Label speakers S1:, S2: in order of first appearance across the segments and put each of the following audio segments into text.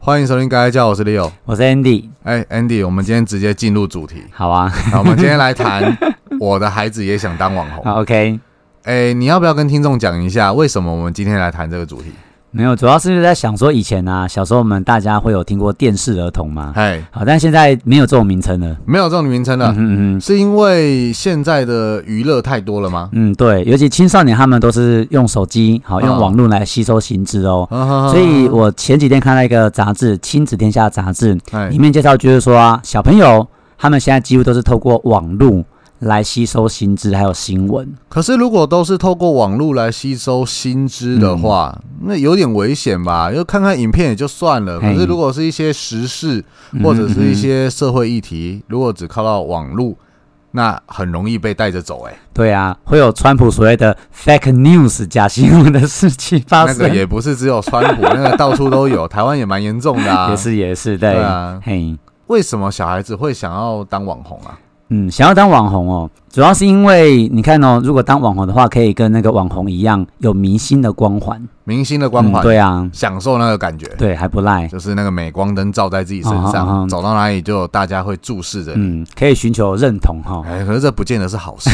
S1: 欢迎收听《该该叫》，我是 Leo。
S2: 我是 Andy，
S1: 哎，Andy，我们今天直接进入主题。
S2: 好啊，
S1: 好，我们今天来 谈我的孩子也想当网红。
S2: 好 OK，
S1: 哎，你要不要跟听众讲一下，为什么我们今天来谈这个主题？
S2: 没有，主要是在想说以前啊，小时候我们大家会有听过电视儿童吗？
S1: 哎，
S2: 好，但现在没有这种名称了。
S1: 没有这种名称
S2: 嗯
S1: 了，
S2: 嗯嗯
S1: 是因为现在的娱乐太多了吗？
S2: 嗯，对，尤其青少年他们都是用手机，好用
S1: 嗯
S2: 网络来吸收新知哦。所
S1: 所
S2: 以我前几天看到一个杂志《亲子天下》杂志，
S1: 哎
S2: 里面介绍就是说啊，小朋友他们现在几乎都是透过网络来吸收新知还有新闻。
S1: 可是如果都是透过网络来吸收新知的话，
S2: 嗯
S1: 那有点危险吧？就看看影片也就算了，可
S2: 嘿
S1: 是如果是一些时事
S2: 嗯
S1: 或者是一些社会议题，如果只靠到网络，那很容易被带着走、欸。
S2: 对啊，会有川普所谓的 fake news 假新闻的事情发
S1: 那个
S2: 生。
S1: 也不是只有川 普，那个到处都有，台湾也蛮严重的啊。
S2: 也是也是，对，
S1: 对啊，
S2: 嘿，
S1: 为什么小孩子会想要当网红啊？
S2: 嗯，想要当网红哦，主要是因为你看哦，如果当网红的话，可以跟那个网红一样有明星的光环，
S1: 明星的光环、
S2: 嗯对啊，
S1: 享受那个感觉，
S2: 对，还不赖，
S1: 就是那个镁光灯照在自己身
S2: 嗯嗯
S1: 上，
S2: 嗯
S1: 走到哪里就有大家会注视着你。
S2: 嗯，可以寻求认同哈、哦，
S1: 哎，可是这不见得是好事。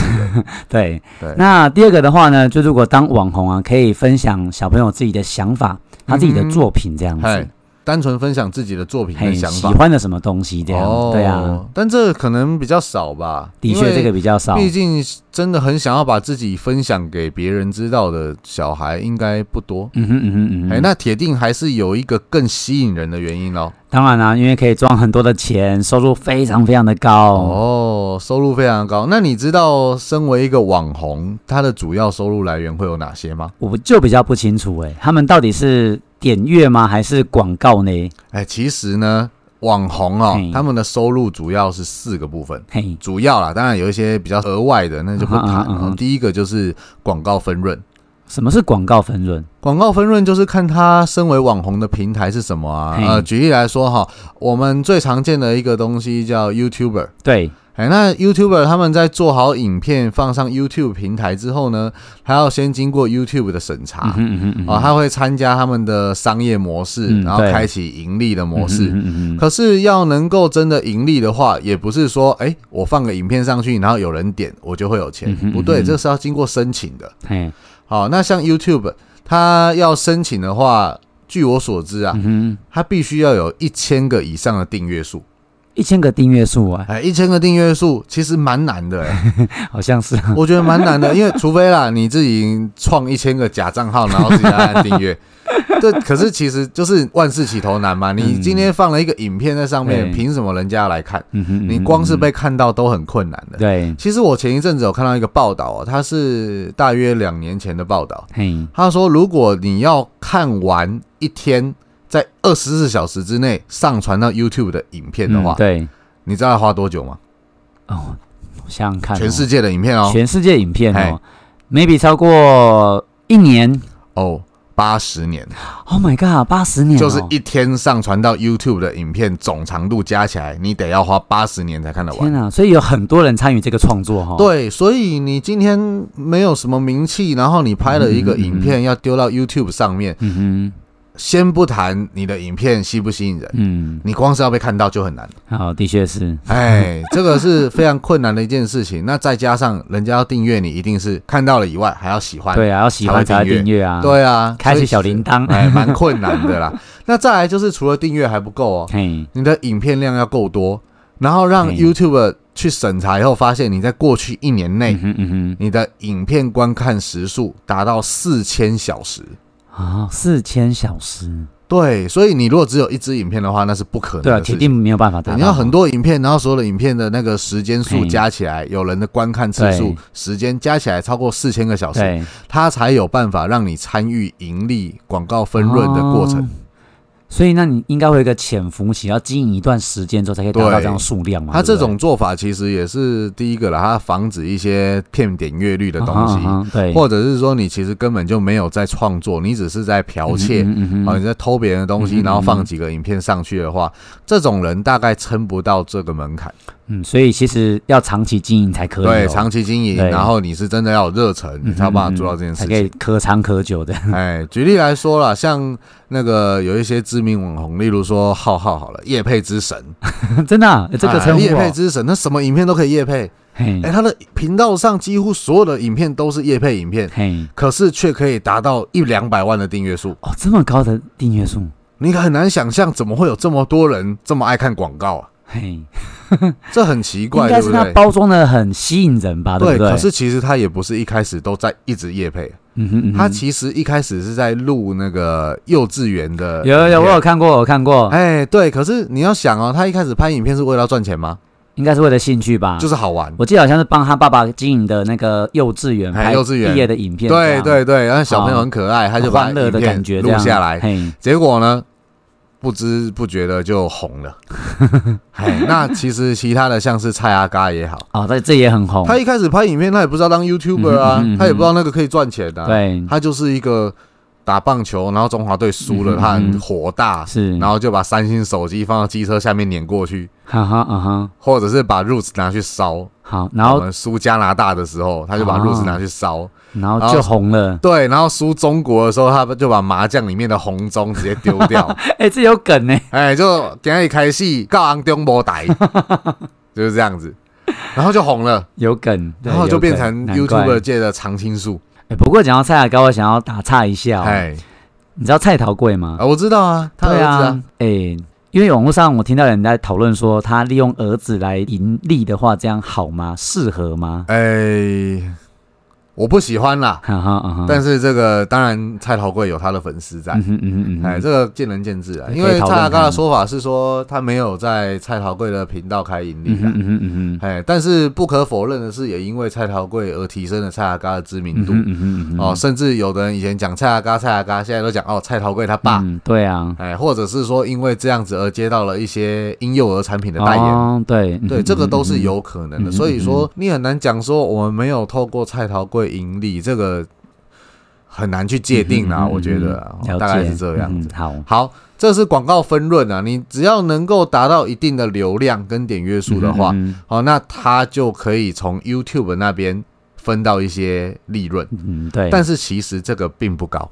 S2: 对。
S1: 对，
S2: 那第二个的话呢，就如果当网红啊，可以分享小朋友自己的想法，他自己的
S1: 嗯哼
S2: 作品这样
S1: 嗨
S2: 子，，
S1: 单纯分享自己的作品
S2: 嘿，
S1: 跟想
S2: 喜
S1: 法，
S2: 欢的什么东西这样，对啊，
S1: 哦，但这可能比较少吧。
S2: 的确这个，比较少，
S1: 毕竟真的很想要把自己分享给别人知道的小孩应该不多。
S2: 嗯哼嗯哼嗯哼，
S1: 哎，那铁定还是有一个更吸引人的原因咯。
S2: 当然啦、啊因为可以赚很多的钱，收入非常非常的高，
S1: 哦，收入非常高。那你知道，身为一个网红，他的主要收入来源会有哪些吗？
S2: 我就比较不清楚哎、他们到底是点阅吗，还是广告呢？
S1: 哎，其实呢，网红哦
S2: 嘿，
S1: 他们的收入主要是四个部分。
S2: 嘿，
S1: 主要啦，当然有一些比较额外的，那就不谈
S2: 嗯嗯嗯嗯
S1: 了。第一个就是广告分润，
S2: 什么是广告分润？
S1: 广告分润就是看他身为网红的平台是什么啊。
S2: 嘿
S1: 呃，举例来说哈，我们最常见的一个东西叫 YouTuber。
S2: 对，
S1: 哎，那 YouTuber 他们在做好影片放上 YouTube 平台之后呢，还要先经过 YouTube 的审查
S2: 嗯
S1: 啊、
S2: 哼嗯哼嗯哼
S1: 哦，他会参加他们的商业模式，
S2: 嗯
S1: 然后
S2: 对
S1: 开启盈利的模式。
S2: 嗯哼嗯哼嗯哼
S1: 可是要能够真的盈利的话，也不是说，哎、我放个影片上去，然后有人点，我就会有钱
S2: 嗯。哼
S1: 不
S2: 嗯
S1: 对，
S2: 哼
S1: 这是要经过申请的。
S2: 嘿，
S1: 好，那像 YouTube，它要申请的话，据我所知啊，
S2: 嗯哼，
S1: 它必须要有一千个以上的订阅数。
S2: 一千个订阅数啊，
S1: 哎，一千个订阅数其实蛮难的、哎
S2: 好像是，
S1: 我觉得蛮难的，因为除非啦，你自己创一千个假账号，然后自己来按订阅。 对，可是其实就是万事起头难嘛。你
S2: 嗯
S1: 今天放了一个影片在上面，
S2: 对
S1: 凭什么人家要来看？
S2: 嗯哼，嗯哼
S1: 你光是被看到都很困难的。
S2: 对，
S1: 其实我前一阵子有看到一个报道哦，它是大约两年前的报道，
S2: 嘿，
S1: 他说如果你要看完一天，在二十四小时之内上传到 YouTube 的影片的话
S2: 嗯，对，
S1: 你知道要花多久吗？
S2: 哦，我想想看哦、
S1: 全世界的影片哦，
S2: 全世界影片哦，maybe 超过一年
S1: 哦，八十年，
S2: ，Oh my god，八十年、哦，
S1: 就是一天上传到 YouTube 的影片总长度加起来，你得要花八十年才看得完
S2: 天。啊哪、所以有很多人参与这个创作哈、哦，
S1: 对，所以你今天没有什么名气，然后你拍了一个影片要丢到 YouTube 上面，
S2: 嗯
S1: 先不谈你的影片吸不吸引人
S2: 哼，，嗯，
S1: 你光是要被看到就很难。
S2: 好，的确是，
S1: 哎，这个是非常困难的一件事情。那再加上人家要订阅你，一定是看到了以外还要喜欢。
S2: 对啊，要喜欢才
S1: 才会
S2: 会
S1: 订阅
S2: 订阅啊，，
S1: 对啊，
S2: 开启
S1: 所以
S2: 小铃铛，
S1: 哎，蛮困难的啦。 那再来就是除了订阅还不够哦，
S2: 嘿，
S1: 你的影片量要够多，然后让
S2: 嗯
S1: YouTube 去审查以后，发现你在过去一年内
S2: 嗯。哼嗯
S1: 你的影片观看时数达到四千小时，
S2: 哼，啊，四千小时，
S1: 对，所以你如果只有一支影片的话，那是不可能
S2: 对啊，
S1: 的事
S2: 铁
S1: 情。
S2: 定没有办法
S1: 对
S2: 达到，
S1: 你要很多影片，然后所有的影片的那个时间数加起来，有人的观看次数
S2: 嗯对、
S1: 时间加起来超过四千个小时，
S2: 对
S1: 它才有办法让你参与盈利广告分润的过程。
S2: 哦所以，那你应该会有一个潜伏期，要经营一段时间之后才可以达到
S1: 对
S2: 这样的数量嘛？
S1: 它
S2: 对
S1: 这
S2: 不对
S1: 种做法其实也是第一个了，它防止一些骗点阅率的东西，
S2: 啊哈啊哈对，
S1: 或者是说你其实根本就没有在创作，你只是在剽窃。
S2: 嗯哼嗯哼
S1: 啊，你在偷别人的东西，
S2: 嗯哼
S1: 然后
S2: 嗯哼
S1: 放几个影片上去的话，这种人大概撑不到这个门槛。
S2: 嗯，所以其实要长期经营才可以、哦，
S1: 对，长期经营，
S2: 对嗯
S1: 然后你是真的要有热忱，你才有办法做到这件事
S2: 才可以
S1: 情。
S2: 可长可久的。
S1: 哎，举例来说啦，像那个有一些知名网红，例如说浩浩好了，夜配之神，
S2: 真的啊、有嗯这个称
S1: 哎
S2: 呼
S1: 夜配
S2: 哦、
S1: 之神，他什么影片都可以夜配。
S2: 嘿
S1: 哎，他的频道上几乎所有的影片都是夜配影片，
S2: 嘿，
S1: 可是却可以达到一两百万的订阅数。
S2: 哦，这么高的订阅数，
S1: 你很难想象怎么会有这么多人这么爱看广告啊，
S2: 嘿，
S1: 这很奇
S2: 应
S1: 怪，
S2: 该
S1: 对
S2: 是
S1: 不
S2: 它
S1: 对？
S2: 包装的很吸引人吧，对
S1: 对，
S2: 不对？
S1: 可是其实他也不是一开始都在一直夜配，
S2: 嗯哼，嗯哼
S1: 他其实一开始是在录那个幼稚园的，
S2: 有有有，我有。看过，我有看过，
S1: 哎，对，可是你要想哦，他一开始拍影片是为了要赚钱吗？
S2: 应该是为了兴趣吧？
S1: 就是好玩。
S2: 啊我记得好像是帮他爸爸经营的那个幼稚园
S1: 哎
S2: 拍
S1: 幼稚园
S2: 毕业的影片这
S1: 对
S2: 样，
S1: 对对，然后小朋友很可爱，他就把
S2: 欢乐
S1: 影
S2: 的感
S1: 片
S2: 觉这
S1: 录
S2: 样
S1: 下来，
S2: 嘿，
S1: 结果呢，不知不觉的就红 了。哎，那其实其他的像是蔡阿嘎也好。
S2: 哦，这这也很红，
S1: 他一开始拍影片，他也不知道当 YouTuber 啊，
S2: 嗯哼嗯哼
S1: 他也不知道那个可以赚钱的、啊。，
S2: 对，
S1: 他就是一个打棒球，然后中华队输
S2: 嗯
S1: 了，
S2: 哼
S1: 他
S2: 嗯
S1: 很
S2: 哼
S1: 火大，
S2: 是，
S1: 然后就把三星手机放到机车下面碾过去，
S2: 哈哈啊哈，
S1: 或者是把 Roots 拿去烧。
S2: 好，然后
S1: 我们输加拿大的时候，他就把
S2: 哦
S1: Roots 拿去烧。
S2: 然后
S1: 然后
S2: 就红了，
S1: 对，然后输中国的时候，他就把麻将里面的红中直接丢 掉。
S2: 哎，这有梗呢，
S1: 哎，就今一开戏告昂中波 台，就是这样子，然后就红了，
S2: 有梗，对
S1: 然后就
S2: 有
S1: 变
S2: 梗
S1: 成
S2: 难怪
S1: YouTuber 界的常青树。
S2: 哎，不过讲到蔡雅高，我想要打岔一下哦，
S1: 哎，
S2: 你知道蔡桃贵吗？
S1: 啊，我知道啊，他儿
S2: 对
S1: 子
S2: 啊
S1: 啊，，
S2: 哎、因为网络上我听到有人在讨论说，他利用儿子来盈利的话，这样好吗？适合吗？
S1: 哎，我不喜欢啦，
S2: 哈哈，啊哈
S1: 但是这个当然蔡桃贵有他的粉丝在
S2: 嗯，哼嗯哼嗯哼，
S1: 哎，这个见仁见智啊，
S2: 可以
S1: 因为
S2: 讨
S1: 蔡阿
S2: 论看
S1: 嘎的
S2: 看
S1: 说法是说他没有在蔡桃贵的频道开盈利的
S2: 嗯哼。嗯哼嗯哼，
S1: 哎，但是不可否认的是，也因为蔡桃贵而提升了蔡阿嘎的知名
S2: 嗯
S1: 度。
S2: 哼嗯哼嗯哼，
S1: 哦，甚至有的人以前讲蔡阿嘎、蔡阿嘎，现在都讲哦蔡桃贵他爸，
S2: 嗯，对啊，
S1: 哎，或者是说因为这样子而接到了一些婴幼儿产品的代言，
S2: 哦、对嗯
S1: 对，
S2: 哼
S1: 这个
S2: 嗯哼
S1: 都是
S2: 嗯哼
S1: 有可能的。
S2: 嗯
S1: 所以说你很难讲说我们没有透过蔡桃贵盈利，这个很难去界定啊，
S2: 嗯哼嗯哼
S1: 我觉得、啊
S2: 嗯哼了
S1: 大概是
S2: 解
S1: 这样子。
S2: 嗯哼好，
S1: 好，这是广告分润啊，你只要能够达到一定的流量跟点约数的话，好、
S2: 嗯
S1: 那它就可以从 YouTube 那边分到一些利润。
S2: 哼嗯，对，
S1: 但是其实这个并不高。哎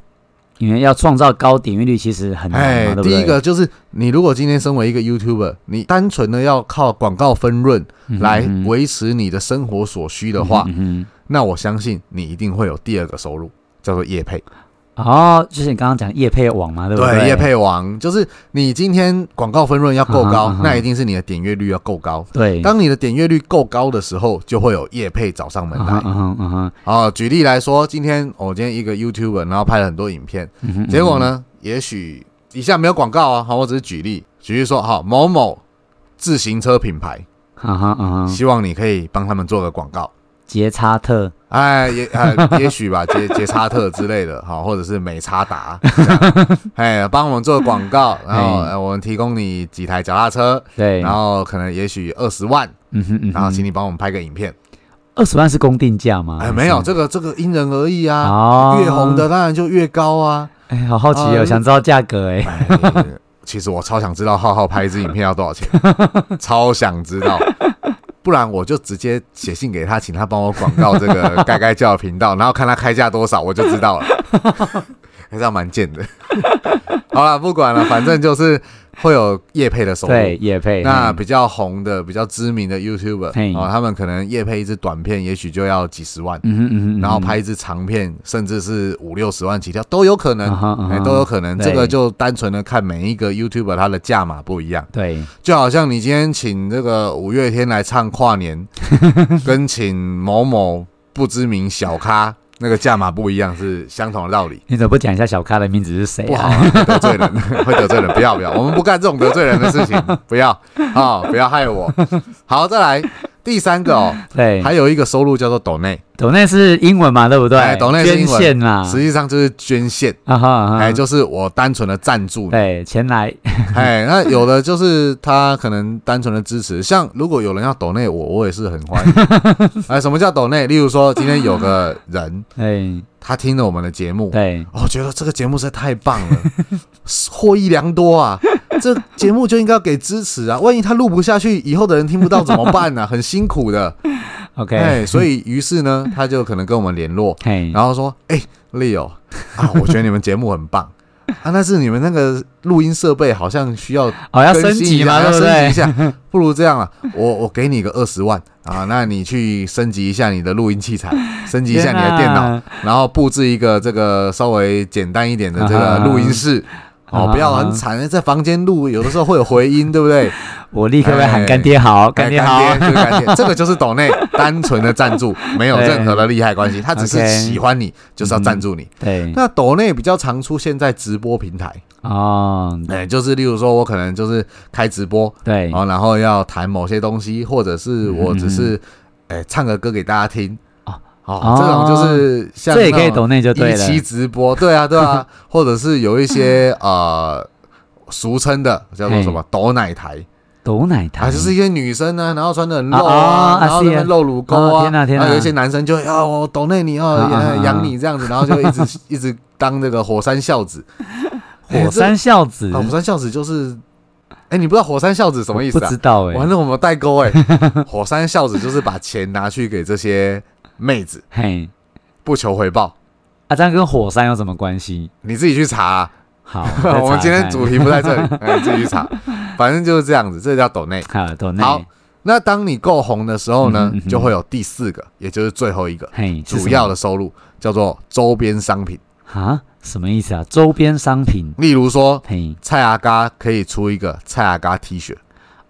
S2: 因为要创造高点阅率其实很难嘛，对不嗯
S1: 第
S2: 对？
S1: 一个就是你如果今天身为一个 YouTuber，你单纯的要靠广告分润
S2: 嗯哼
S1: 来
S2: 嗯哼
S1: 维持你的生活所需的话，
S2: 嗯哼
S1: 那我相信你一定会有第二个收入，叫做业配。
S2: 哦，就是你刚刚讲叶配网嘛，对不对？
S1: 业，配王就是你今天广告分润要够高，
S2: 嗯哼嗯哼
S1: 那一定是你的点阅率要够高。
S2: 对，
S1: 当你的点阅率够高的时候，就会有业配找上门
S2: 嗯
S1: 来
S2: 哼。嗯哼嗯哼
S1: 啊、举例来说，今天哦我、今天一个 YouTuber，然后拍了很多影片，
S2: 嗯哼，
S1: 结果呢，也许以下没有广告啊，好，我只是举例，举例说，好某某自行车品牌，
S2: 嗯哼？嗯哼嗯哼，
S1: 希望你可以帮他们做个广告。
S2: 杰差特，
S1: 哎，也哎，也许吧， 杰杰差特之类的，好，或者是美差 达，这样哎，帮我们做广告，然后
S2: 哎
S1: 呃我们提供你几台脚踏车，
S2: 对，
S1: 然后可能也许二十万，
S2: 嗯哼嗯哼，
S1: 然后请你帮我们拍个影片。
S2: 二十万是公定价吗？
S1: 哎，没有，这个这个因人而异啊，
S2: 啊
S1: 越红的，当然就越高啊。
S2: 哎，好好奇
S1: 啊
S2: 哦，想知道价格哎，
S1: 哎， 其实我超想知道浩浩拍一支影片要多少 钱，超想知道，不然我就直接写信给他，请他帮我广告这个盖盖教的频 道，然后看他开价多少，我就知道了。还是要蛮贱的。 好了，不管了，反正就是会有业配的收入。
S2: 对，也配，
S1: 那
S2: 嗯
S1: 比较红的、比较知名的 YouTuber
S2: 嘿
S1: 哦，他们可能业配一支短片，也许就要几十万，
S2: 嗯哼嗯哼，
S1: 然后拍一支长片，甚至是五六十万起跳都有可
S2: 啊
S1: 能。
S2: 嗯
S1: 哎、都有
S2: 可
S1: 可能。
S2: 对
S1: 这个就单纯的看每一个 YouTuber 他的价码不一样，
S2: 对，
S1: 就好像你今天请这个五月天来唱跨 年，跟请某某不知名小咖那个价码不一样，是相同的道理。
S2: 你怎么不讲一下小咖的名字是谁
S1: 不好、
S2: 啊？
S1: 啊，会得罪人， 会得罪人，不要不要，我们不干这种得罪人的事情，不要啊、不要害我。好，再来第三个哦，
S2: 对，
S1: 还有一个收入叫做抖内，
S2: 董内是英文嘛，对不对
S1: 哎？抖内是英
S2: 捐
S1: 文
S2: 献啦，
S1: 实际上就是捐献，
S2: 啊哈啊哈，
S1: 哎，就是我单纯的赞助你。
S2: 对，前来，
S1: 哎，那有的就是他可能单纯的支持，像如果有人要抖内我，我也是很欢 迎。哎，什么叫抖内？例如说，今天有个人
S2: 哎，
S1: 他听了我们的节目，哦
S2: 对，
S1: 我、觉得这个节目实在太棒了，获益良多啊！这节目就应该要给支持啊！万一他录不下去，以后的人听不到怎么办啊呢、很辛苦的。
S2: OK，
S1: 哎，所以于是呢，他就可能跟我们联络，
S2: 嘿，
S1: 然后说：“哎、丽 l e o 啊，我觉得你们节目很棒 啊，但是你们那个录音设备好像需要
S2: 哦，要
S1: 更
S2: 升
S1: 新一
S2: 级嘛，
S1: 下，要
S2: 对不
S1: 升级一
S2: 对？
S1: 下。不如这样了，我我给你个二十万啊，那你去升级一下你的录音 器材，升级一下你的电脑，
S2: 天
S1: 然后布置一个这个稍微简单一点的这个
S2: 啊哈
S1: 录音室。”
S2: 啊
S1: 哦，
S2: 哈
S1: 不要很惨，在房间录，有的时候会有回音，对不对？
S2: 哪，我立刻会喊
S1: 哎
S2: 干爹好，干爹好，
S1: 干爹就是干爹，这个就是抖内单纯的赞助，没有
S2: 对
S1: 任何的利害关 系，他只是
S2: OK
S1: 喜欢你，就是要赞助你。
S2: 对，
S1: 那抖内比较常出现在直播平台，
S2: 哦，
S1: 哎，就是例如说我可能就是开直播，
S2: 对，
S1: 哦，然后要谈某些东西，或者是我只是哎唱个歌给大家听
S2: 嗯哦
S1: 哦，这种就是像
S2: 这也可以
S1: 那种
S2: 抖内就对
S1: 一
S2: 了，
S1: 期直播，对啊，对 啊，或者是有一些呃俗称的叫做什么抖奶台
S2: 抖奶台
S1: 啊，就是一些女生呢，然后穿的很露
S2: 啊啊
S1: 啊，然后
S2: 是
S1: 那
S2: 耶
S1: 边露乳沟
S2: 啊
S1: 啊，
S2: 天哪天哪
S1: 然后有一些男生就会啊，我抖内你
S2: 啊
S1: 哦
S2: 啊啊啊，
S1: 养你这样子，然后就一 直一直当这个火山孝子，哎
S2: 火山孝子
S1: 这啊，火山孝子就是，哎，你不知道火山孝子什么意
S2: 不
S1: 思啊
S2: 知？道哎
S1: 完，了，我们代 沟哎，火山孝子就是把钱拿去给这些妹子，
S2: 嘿，
S1: 不求回报，
S2: 啊，这样跟火山有什么关系？
S1: 你自己去查 啊。
S2: 好，
S1: 我们今天主
S2: 主
S1: 题不在这里，哎，自己去查。反正就是这样子，这叫抖内。
S2: 好抖内，
S1: 好那当你够红的时候呢
S2: 嗯哼嗯，哼
S1: 就会有第四个，也就是最后一个
S2: 嘿，是什
S1: 主
S2: 么
S1: 要的收入，叫做周边商品。
S2: 啊，什么意思啊？周边商品，
S1: 例如说，
S2: 嘿
S1: 蔡阿嘎可以出一个蔡阿嘎 T 恤，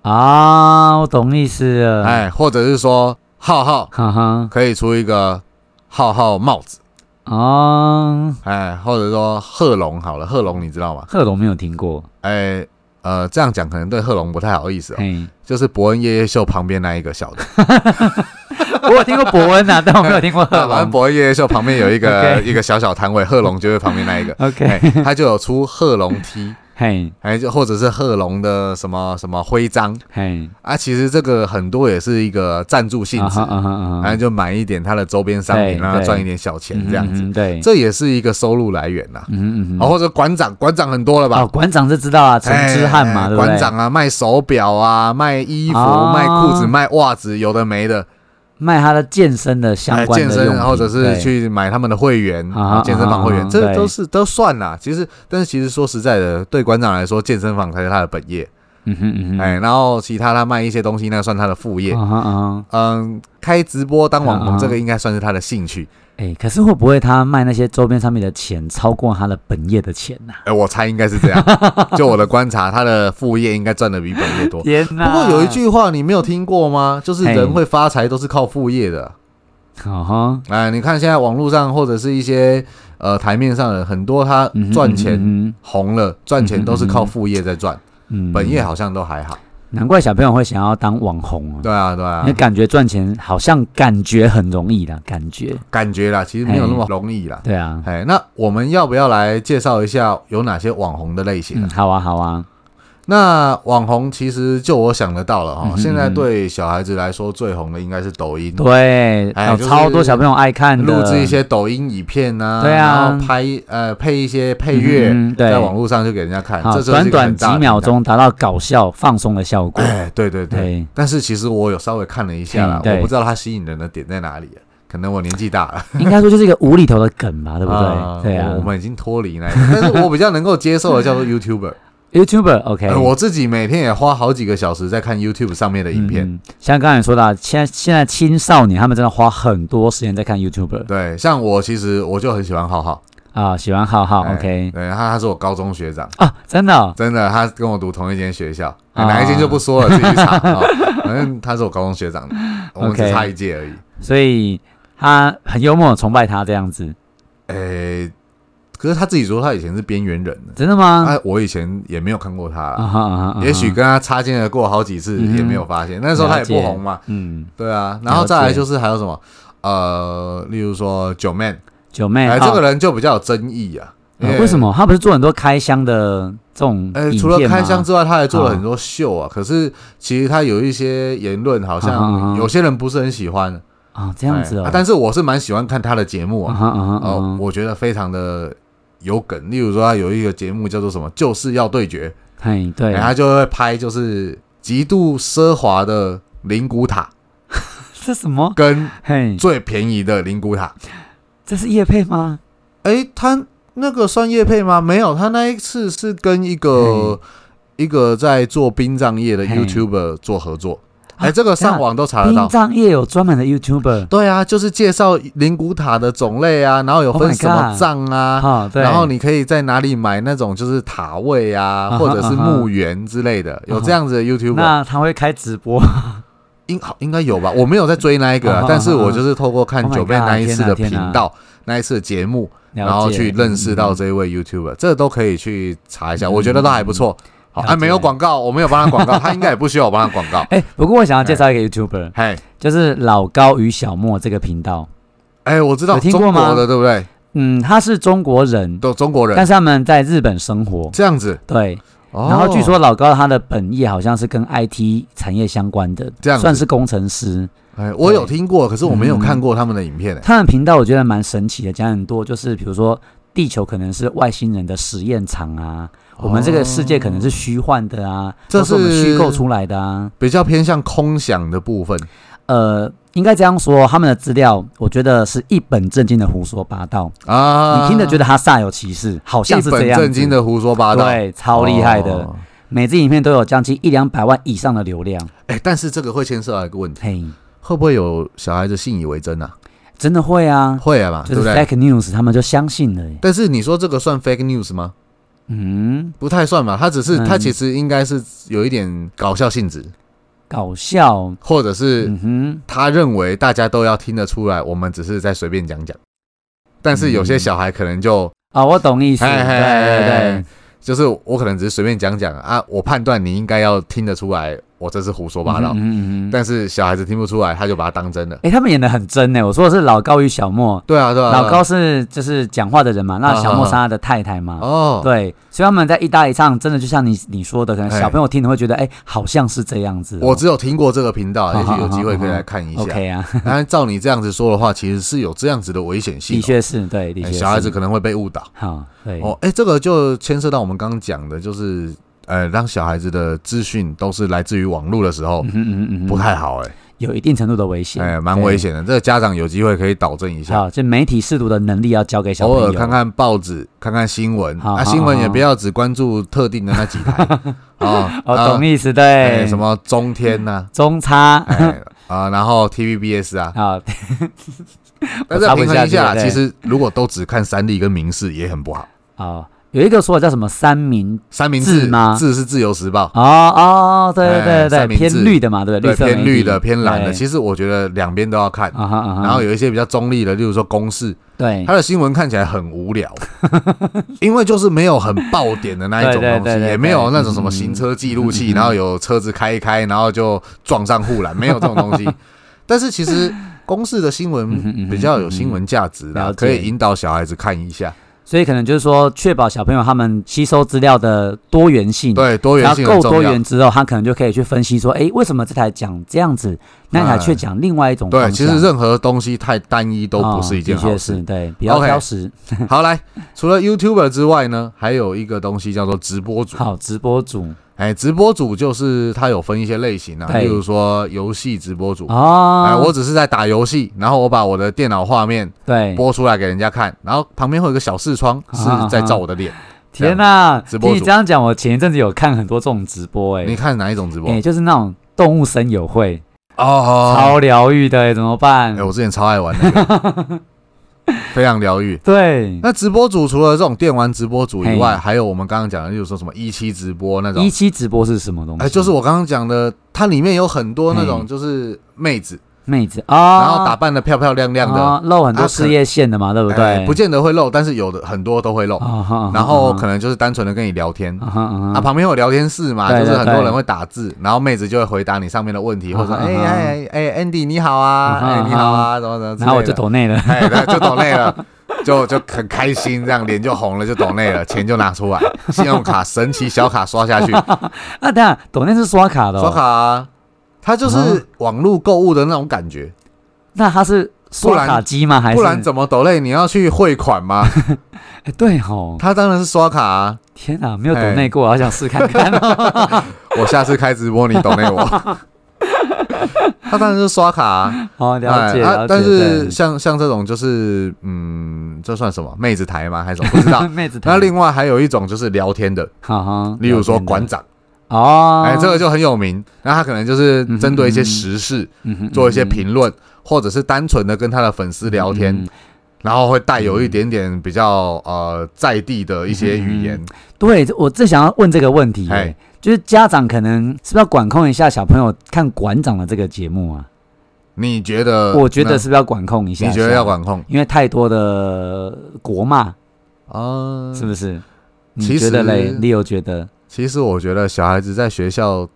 S2: 啊，我懂意思了，，
S1: 哎，或者是说浩浩
S2: 哈哈，
S1: 可以出一个浩浩帽子，
S2: 哦，
S1: 哎，或者说贺龙好了，贺龙你知道吗？
S2: 贺龙没有听过，
S1: 哎。呃，这样讲可能对贺龙不太好意思哦，
S2: 嘿，
S1: 就是伯恩夜夜秀旁边那一个小 的。
S2: 我有听过伯恩啊，但我没有听过贺
S1: 那 反正
S2: 龙。
S1: 博夜夜秀旁边有一 个
S2: OK
S1: 一个小小摊位，贺龙就是旁边那 一个，
S2: OK，
S1: 哎，他就有出贺龙 T，
S2: 嘿，
S1: 哎，就或者是贺龙的什么什么徽章
S2: 嘿，
S1: 啊。其实这个很多也是一个赞助性
S2: 啊
S1: 质
S2: 哈，啊哈啊
S1: 然后
S2: 哈，
S1: 就买一点他的周边商
S2: 对
S1: 品，让他
S2: 对
S1: 赚一点小钱这样子，
S2: 嗯，嗯对，
S1: 这也是一个收入来源呐。
S2: 嗯嗯嗯，
S1: 啊，或者馆长，馆长很多了
S2: 哦，
S1: 吧？
S2: 馆长就知道啊，陈之汉嘛，
S1: 哎
S2: 对不对？
S1: 馆长啊，卖手表啊，卖衣服，
S2: 哦
S1: 卖裤子，卖袜子，有的没的。
S2: 卖他的健身的相
S1: 哎，
S2: 关
S1: 健
S2: 的用
S1: 身
S2: 品，
S1: 或者是
S2: 对
S1: 去买他们的会员
S2: 啊
S1: 啊，健身房会
S2: 啊
S1: 员，这
S2: 对
S1: 都是都算啦。其实，但是其实说实在的，对馆长来说，健身房才是他的本业，
S2: 嗯哼嗯哼，
S1: 哎，然后其他他卖一些东西，那算他的副业。
S2: 啊哈啊哈，
S1: 嗯，开直播当网
S2: 啊啊
S1: 红，这个应该算是他的兴趣。
S2: 哎，可是会不会他卖那些周边商品的钱超过他的本业的钱呐？
S1: 哎，我猜应该是这 样。就我的观察，他的副业应该赚的比本业 多。
S2: 天
S1: 不过有一，句话你没有听过吗？就是人会发财都是靠副业的。
S2: 好哈，
S1: 哎，你看现在网络上或者是一些呃台面上的很多，他
S2: 嗯哼
S1: 赚钱。
S2: 嗯
S1: 红了赚钱都是靠副业在赚，
S2: 哼嗯，
S1: 本业好像都还好。
S2: 难怪小朋友会想要当网红啊。
S1: 对啊，对啊
S2: 那，感觉赚钱好像感觉很容易啦，感觉
S1: 感觉啦，其实没有那么容易啦。
S2: 对啊，
S1: 哎，那我们要不要来介绍一下有哪些网红的类型、
S2: 嗯，
S1: 啊？
S2: 好啊好啊，
S1: 那网红其实就我想得到了哈、
S2: 嗯哼
S1: 现在对小孩子来说最红的应该是抖音，
S2: 对，
S1: 哎
S2: 有
S1: 就是
S2: 超多小朋友爱看的，
S1: 录制一些抖音影片啊，
S2: 对啊
S1: 然后拍呃配一些配乐、
S2: 嗯嗯对
S1: 在网络上就给人家看，
S2: 好
S1: 这就是一
S2: 短
S1: 个
S2: 短
S1: 很
S2: 几
S1: 大的
S2: 秒
S1: 平台。
S2: 钟达到搞笑放松的效果，
S1: 哎，对对对，
S2: 对，
S1: 但是其实我有稍微看了一下啦
S2: 嗯，对
S1: 我不知道它吸引人的点在哪里，啊可能我年纪大了，
S2: 应该说就是一个无厘头的梗吧，对不对？对
S1: 我我
S2: 啊
S1: 们已经脱离那一个，但是我比较能够接受的叫做 YouTuber，
S2: ，YouTuber OK，
S1: 呃我自己每天也花好几个小时在看 YouTube 上面的影片。
S2: 嗯像刚才你说的啊，现在现在青少年他们真的花很多时间在看 YouTuber
S1: 对，像我其实我就很喜欢浩浩
S2: 啊，喜欢浩浩
S1: 哎
S2: OK
S1: 对，他他是我高中学长，
S2: 啊，真的哦
S1: 真的，他跟我读同一间学校，哎
S2: 啊
S1: 哪一间就不说了，自己去 查。哦反正他是我高中学长，我们只
S2: OK
S1: 差一届而已。
S2: 所以他很幽默，崇拜他这样子，
S1: 诶，哎可是他自己说他以前是边缘人呢，
S2: 真的吗？
S1: 啊，我以前也没有看过他啦
S2: 啊哈啊哈啊哈，
S1: 也许跟他擦肩而过好几次
S2: 嗯
S1: 也没有发现，那时候他也不红嘛，
S2: 嗯，
S1: 对啊。然后再来就是还有什么，呃，例如说九妹，
S2: 九妹，
S1: 哎，这
S2: 哦
S1: 个人就比较有争议啊。因
S2: 呃为什
S1: 么？
S2: 么他不是做很多开箱的这种
S1: 呃，
S2: 影
S1: 除了
S2: 片吗
S1: 开箱之外，他还做了很多秀啊。可是其实他有一些言论，好
S2: 啊啊啊
S1: 像有些人不是很喜欢
S2: 啊这样子
S1: 哎
S2: 哦
S1: 啊，但是我是蛮喜欢看他的节目
S2: 啊
S1: 啊，
S2: 哈啊哈
S1: 哦
S2: 啊，哈
S1: 我觉得非常的有梗。例如说，他有一个节目叫做什么，就是要对决，哎
S2: 嘿，对，
S1: 然后他就会拍就是极度奢华的灵骨塔
S2: 这什么？
S1: 跟
S2: 嘿，
S1: 最便宜的灵骨塔。
S2: 这是叶配吗？
S1: 哎，他那个算叶配吗？没有，他那一次是跟一个一个在做殡葬业的
S2: 嘿
S1: YouTuber 做合作。
S2: 啊
S1: 哎，这个上
S2: 等一下
S1: 网都查得
S2: 殡
S1: 到。
S2: 葬业有专门的 YouTuber，
S1: 对啊，就是介绍灵骨塔的种类啊，然后有
S2: Oh my
S1: 分什么
S2: Oh God
S1: 葬啊，
S2: 哈，哦对，
S1: 然后你可以在哪里买那种就是塔位啊，
S2: 啊哈啊
S1: 或者是墓园之类的，有这样子的 YouTube，
S2: 那他会开直播，
S1: 应好应该有吧？我没有在追那一个
S2: 啊
S1: 啊
S2: 哈，
S1: 但是我就是透过看
S2: Oh my
S1: 九妹
S2: God，
S1: 那一次的
S2: 天
S1: 频
S2: 哪
S1: 道、那一次的节目，
S2: 然
S1: 然后去认识到这一位 YouTuber，这都可以去查一下，我觉得都还不错。好，
S2: 嗯嗯了
S1: 啊，没有
S2: 解
S1: 广告，我没有帮他广告， 他应该也不需要我帮他广告。
S2: 哎、不过我想要介绍一个 YouTuber，
S1: 嘿，
S2: 就是老高与小莫这个频道。
S1: 哎，我知道
S2: 有听
S1: 中
S2: 过吗
S1: 国的对不对？
S2: 嗯，他是中国人，
S1: 都中国
S2: 但
S1: 人
S2: 是他们在日本生活。
S1: 这样子。
S2: 对，
S1: 哦
S2: 然后据说老高他的本业好像是跟 IT 产业相关的，
S1: 这样子
S2: 算是工程师。
S1: 哎，我有
S2: 对
S1: 听过，可是我没有
S2: 嗯
S1: 看过他们的影片。哎
S2: 他们频道我觉得蛮神奇的，讲很多，就是比如说地球可能是外星人的实验场啊，我们这个世界可能是虚幻的啊，
S1: 这
S2: 都是我们
S1: 是
S2: 虚构出来的啊。
S1: 比较偏向空想的部分。
S2: 呃，应该这样说，他们的资料我觉得是一本正经的胡说八道，
S1: 啊，
S2: 你听着觉得他煞有其事，好像
S1: 一
S2: 是这
S1: 本
S2: 样子。
S1: 正经的胡说八道，
S2: 对，超厉害的，
S1: 哦
S2: 每支影片都有将近一两百万以上的流量。
S1: 哎、但是这个会牵涉到一个问题，
S2: 嘿，
S1: 会不会有小孩子信以为真啊？
S2: 真的会啊，
S1: 会啊嘛，
S2: 就
S1: 对
S2: 是
S1: 不对？
S2: fake news，他们就相信了耶。
S1: 但是你说这个算 fake news 吗？
S2: 嗯，
S1: 不太算吧，它只是
S2: 嗯
S1: 它其实应该是有一点搞笑性质，
S2: 搞笑。
S1: 或者是
S2: 嗯哼，
S1: 他认为大家都要听得出来，我们只是在随便讲讲。但
S2: 嗯
S1: 是有些小孩可能就
S2: 啊、我懂意思。
S1: 嘿嘿
S2: 对对对，
S1: 就是我可能只是随便讲讲啊，我判断你应该要听得出来，我这是胡说八道
S2: 嗯。哼嗯哼。
S1: 但是小孩子听不出来，他就把它当真了。
S2: 哎、他们演的很真呢。我说的是老高与小莫，
S1: 对啊，对啊，对啊
S2: 老高是就是讲话的人嘛，那小莫是他的太太嘛。
S1: 呃哦，
S2: 对，啊所以他们在一搭一唱，真的就像你你说的，可能
S1: 嘿
S2: 小朋友听了会觉得，哎、好像是这样子哦、
S1: 我只有听过这个频道，也
S2: 好好
S1: 许有机会可以来看一下。
S2: OK 啊，
S1: 当然，照你这样子说的话，其实是有这样子的危险性
S2: 的
S1: 哦、
S2: 确是对，的确
S1: 哎
S2: 是、
S1: 小孩子可能会被误导。
S2: 好，对，
S1: 哦，哎、这个就牵涉到我们刚刚讲的，就是呃，让小孩子的资讯都是来自于网络的时候
S2: 嗯，哼嗯嗯嗯，
S1: 不太好、
S2: 有一定程度的危险，
S1: 哎，哎，蛮
S2: 对
S1: 危。险的。这个家长有机会可以导正一下，
S2: 好，就媒体试读的能力要交给小朋
S1: 偶
S2: 友。
S1: 尔看看报纸，看看新闻。
S2: 好
S1: 啊，
S2: 好
S1: 新闻也
S2: 好
S1: 不要只关注特定的那几 台啊。
S2: 哦，
S1: 啊
S2: 懂意思
S1: 哎
S2: 对？
S1: 什么中天呐、
S2: 中差？
S1: 哎啊，然后 TVBS 啊，
S2: 啊，
S1: 但是平衡一下啦，
S2: 我插不下去对
S1: 其实如果都只看三立跟民视也很不好。
S2: 哦，有一个说法叫什么三明
S1: 三明治
S2: 字吗
S1: 字是自由时报，
S2: 哦哦，对
S1: 哎
S2: 对对
S1: 三
S2: 对，
S1: 明治
S2: 偏绿的嘛，对不
S1: 对
S2: 绿色媒
S1: 偏
S2: 体
S1: 绿的、偏蓝的，
S2: 对
S1: 其实我觉得两边都要看。
S2: 啊哈啊哈，
S1: 然后有一些比较中立的，例如说公视，
S2: 对
S1: 它的新闻看起来很无聊，因为就是没有很爆点的那一种
S2: 对对
S1: 东
S2: 对
S1: 西，
S2: 对嗯
S1: 也没有那种什么行车记录器，然后有车子开一开，然后就撞上护栏，没有这种东西。但是其实公视的新
S2: 嗯哼嗯
S1: 闻
S2: 哼
S1: 比较有新闻价值
S2: 嗯
S1: 啦，
S2: 了解
S1: 可以引导小孩子看一下。
S2: 所以可能就是说，确保小朋友他们吸收资料的多元性，
S1: 对，多元
S2: 然后
S1: 性
S2: 嗯够
S1: 很重
S2: 多
S1: 要。
S2: 元之后，他可能就可以去分析说，哎，为什么这台讲这样子，那台却讲另外一种方
S1: 对，
S2: 向？
S1: 其实任何东西太单一都不是一件
S2: 哦
S1: 好
S2: 的确
S1: 事。
S2: 是对，比较
S1: OK
S2: 挑食。
S1: 好，来，除了 YouTuber 之外呢，还有一个东西叫做直播主。
S2: 好，直播主
S1: 哎，直播主就是它有分一些类型啊，
S2: 对
S1: 例如说游戏直播主。
S2: 哦，
S1: 哎，我只是在打游戏，然后我把我的电脑画面
S2: 对，
S1: 播出来给人家看，然后旁边会有个小视窗是在照我的脸。
S2: 哦天呐，
S1: 直播
S2: 听你
S1: 主
S2: 这样讲，我前一阵子有看很多这种直播、
S1: 你
S2: 哎，
S1: 看哪一种直播
S2: 哎、？就是那种动物声友会，
S1: 哦，
S2: 超疗愈的、哎，怎么办？
S1: 哎，我之前超爱玩那个， 非常疗愈。
S2: 对，
S1: 那直播主除了这种电玩直播主以外，
S2: 嘿
S1: 还有我们刚刚讲的，例如说什么一期直播那种
S2: 一，期直播是什么东西？
S1: 哎，就是我刚刚讲的，它里面有很多那种
S2: 嘿
S1: 就是妹子，
S2: 妹子啊，
S1: 然后打扮的漂漂亮亮的，
S2: 哦露很
S1: 啊
S2: 多
S1: 可
S2: 事业线的嘛，对不对？
S1: 哎不见得会露，但是有的很多都会露。
S2: 啊哈
S1: 然后可能就是单纯的跟你聊天，
S2: 啊哈啊
S1: 啊，
S2: 哈，
S1: 旁边有聊天室嘛，
S2: 对
S1: 就是
S2: 对
S1: 很多
S2: 对
S1: 人会打字，然后妹子就会回答你上面的问题，或者说
S2: 啊哈
S1: 哎
S2: 啊哈
S1: 哎哎，Andy 你好啊，
S2: 啊哈
S1: 哎你好啊，怎么怎么之类的，
S2: 然后我就抖内了，
S1: 哎，对，就抖累了，就就很开心，这样脸就红了，就抖累 了，钱就拿出来，信用卡神奇小卡刷下去，
S2: 啊，等一下抖内是刷卡的、哦，
S1: 刷卡啊，它就是
S2: 嗯
S1: 网络购物的那种感觉，
S2: 那他是
S1: 不
S2: 刷
S1: 然
S2: 卡机吗？还是
S1: 不然怎么抖累？你要去汇款 吗？
S2: 哎对吼，
S1: 他当然是刷卡啊！
S2: 天哪，没有抖
S1: 哎
S2: 内过，好想试看看 哦。
S1: 我下次开直播，你抖内我。他当然是刷卡啊，
S2: 好哦了解
S1: 哎啊
S2: 了解。
S1: 但
S2: 对
S1: 是像像这种就是嗯，这算什么妹子台吗？还是什么？不知 道。
S2: 妹子台，
S1: 那另外还有一种就是聊天的，
S2: 哈哈，
S1: 例如说
S2: 哦聊天的
S1: 馆长，
S2: 哦，
S1: 哎，这个就很有名。那他可能就是针对一些时事
S2: 嗯哼
S1: 做一些评论，或者是单纯的跟他的粉丝聊天，
S2: 嗯
S1: 然后会带有一点点比较呃在地的一
S2: 嗯
S1: 些语言。
S2: 对，我正想要问这个问题耶、
S1: 哎
S2: 就是家长可能是不是要管控一下小朋友看馆长的这个节目啊？
S1: 你觉得？
S2: 我觉得是不是要管控一下
S1: 呃那，你觉得要？管控
S2: 因为太多的国骂，
S1: 啊？
S2: 是不是？你
S1: 其
S2: 觉得嘞
S1: 实
S2: ，Leo 觉得
S1: 其实我觉得小孩子在学校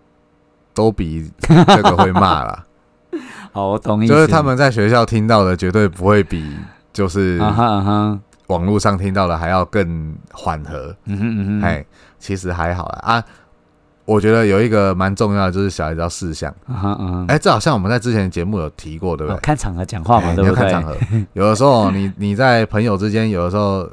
S1: 都 比这个会骂啦，
S2: 好，哦我懂意思，
S1: 就是他们在学校听到的绝对不会比就是
S2: 啊哈啊哈，
S1: 网络上听到的还要更缓和。
S2: 嗯哼嗯哼，
S1: 哎、其实还好啦啊。我觉得有一个蛮重要的，就是小孩子要事项。
S2: 啊哈啊哈，
S1: 哎、这好像我们在之前的节目有提过，对不
S2: 哦
S1: 对？
S2: 看场合讲话嘛，
S1: 哎
S2: 对
S1: 你要
S2: 不
S1: 看
S2: 对？
S1: 场 合，有的时候你你在朋友之间，有的时候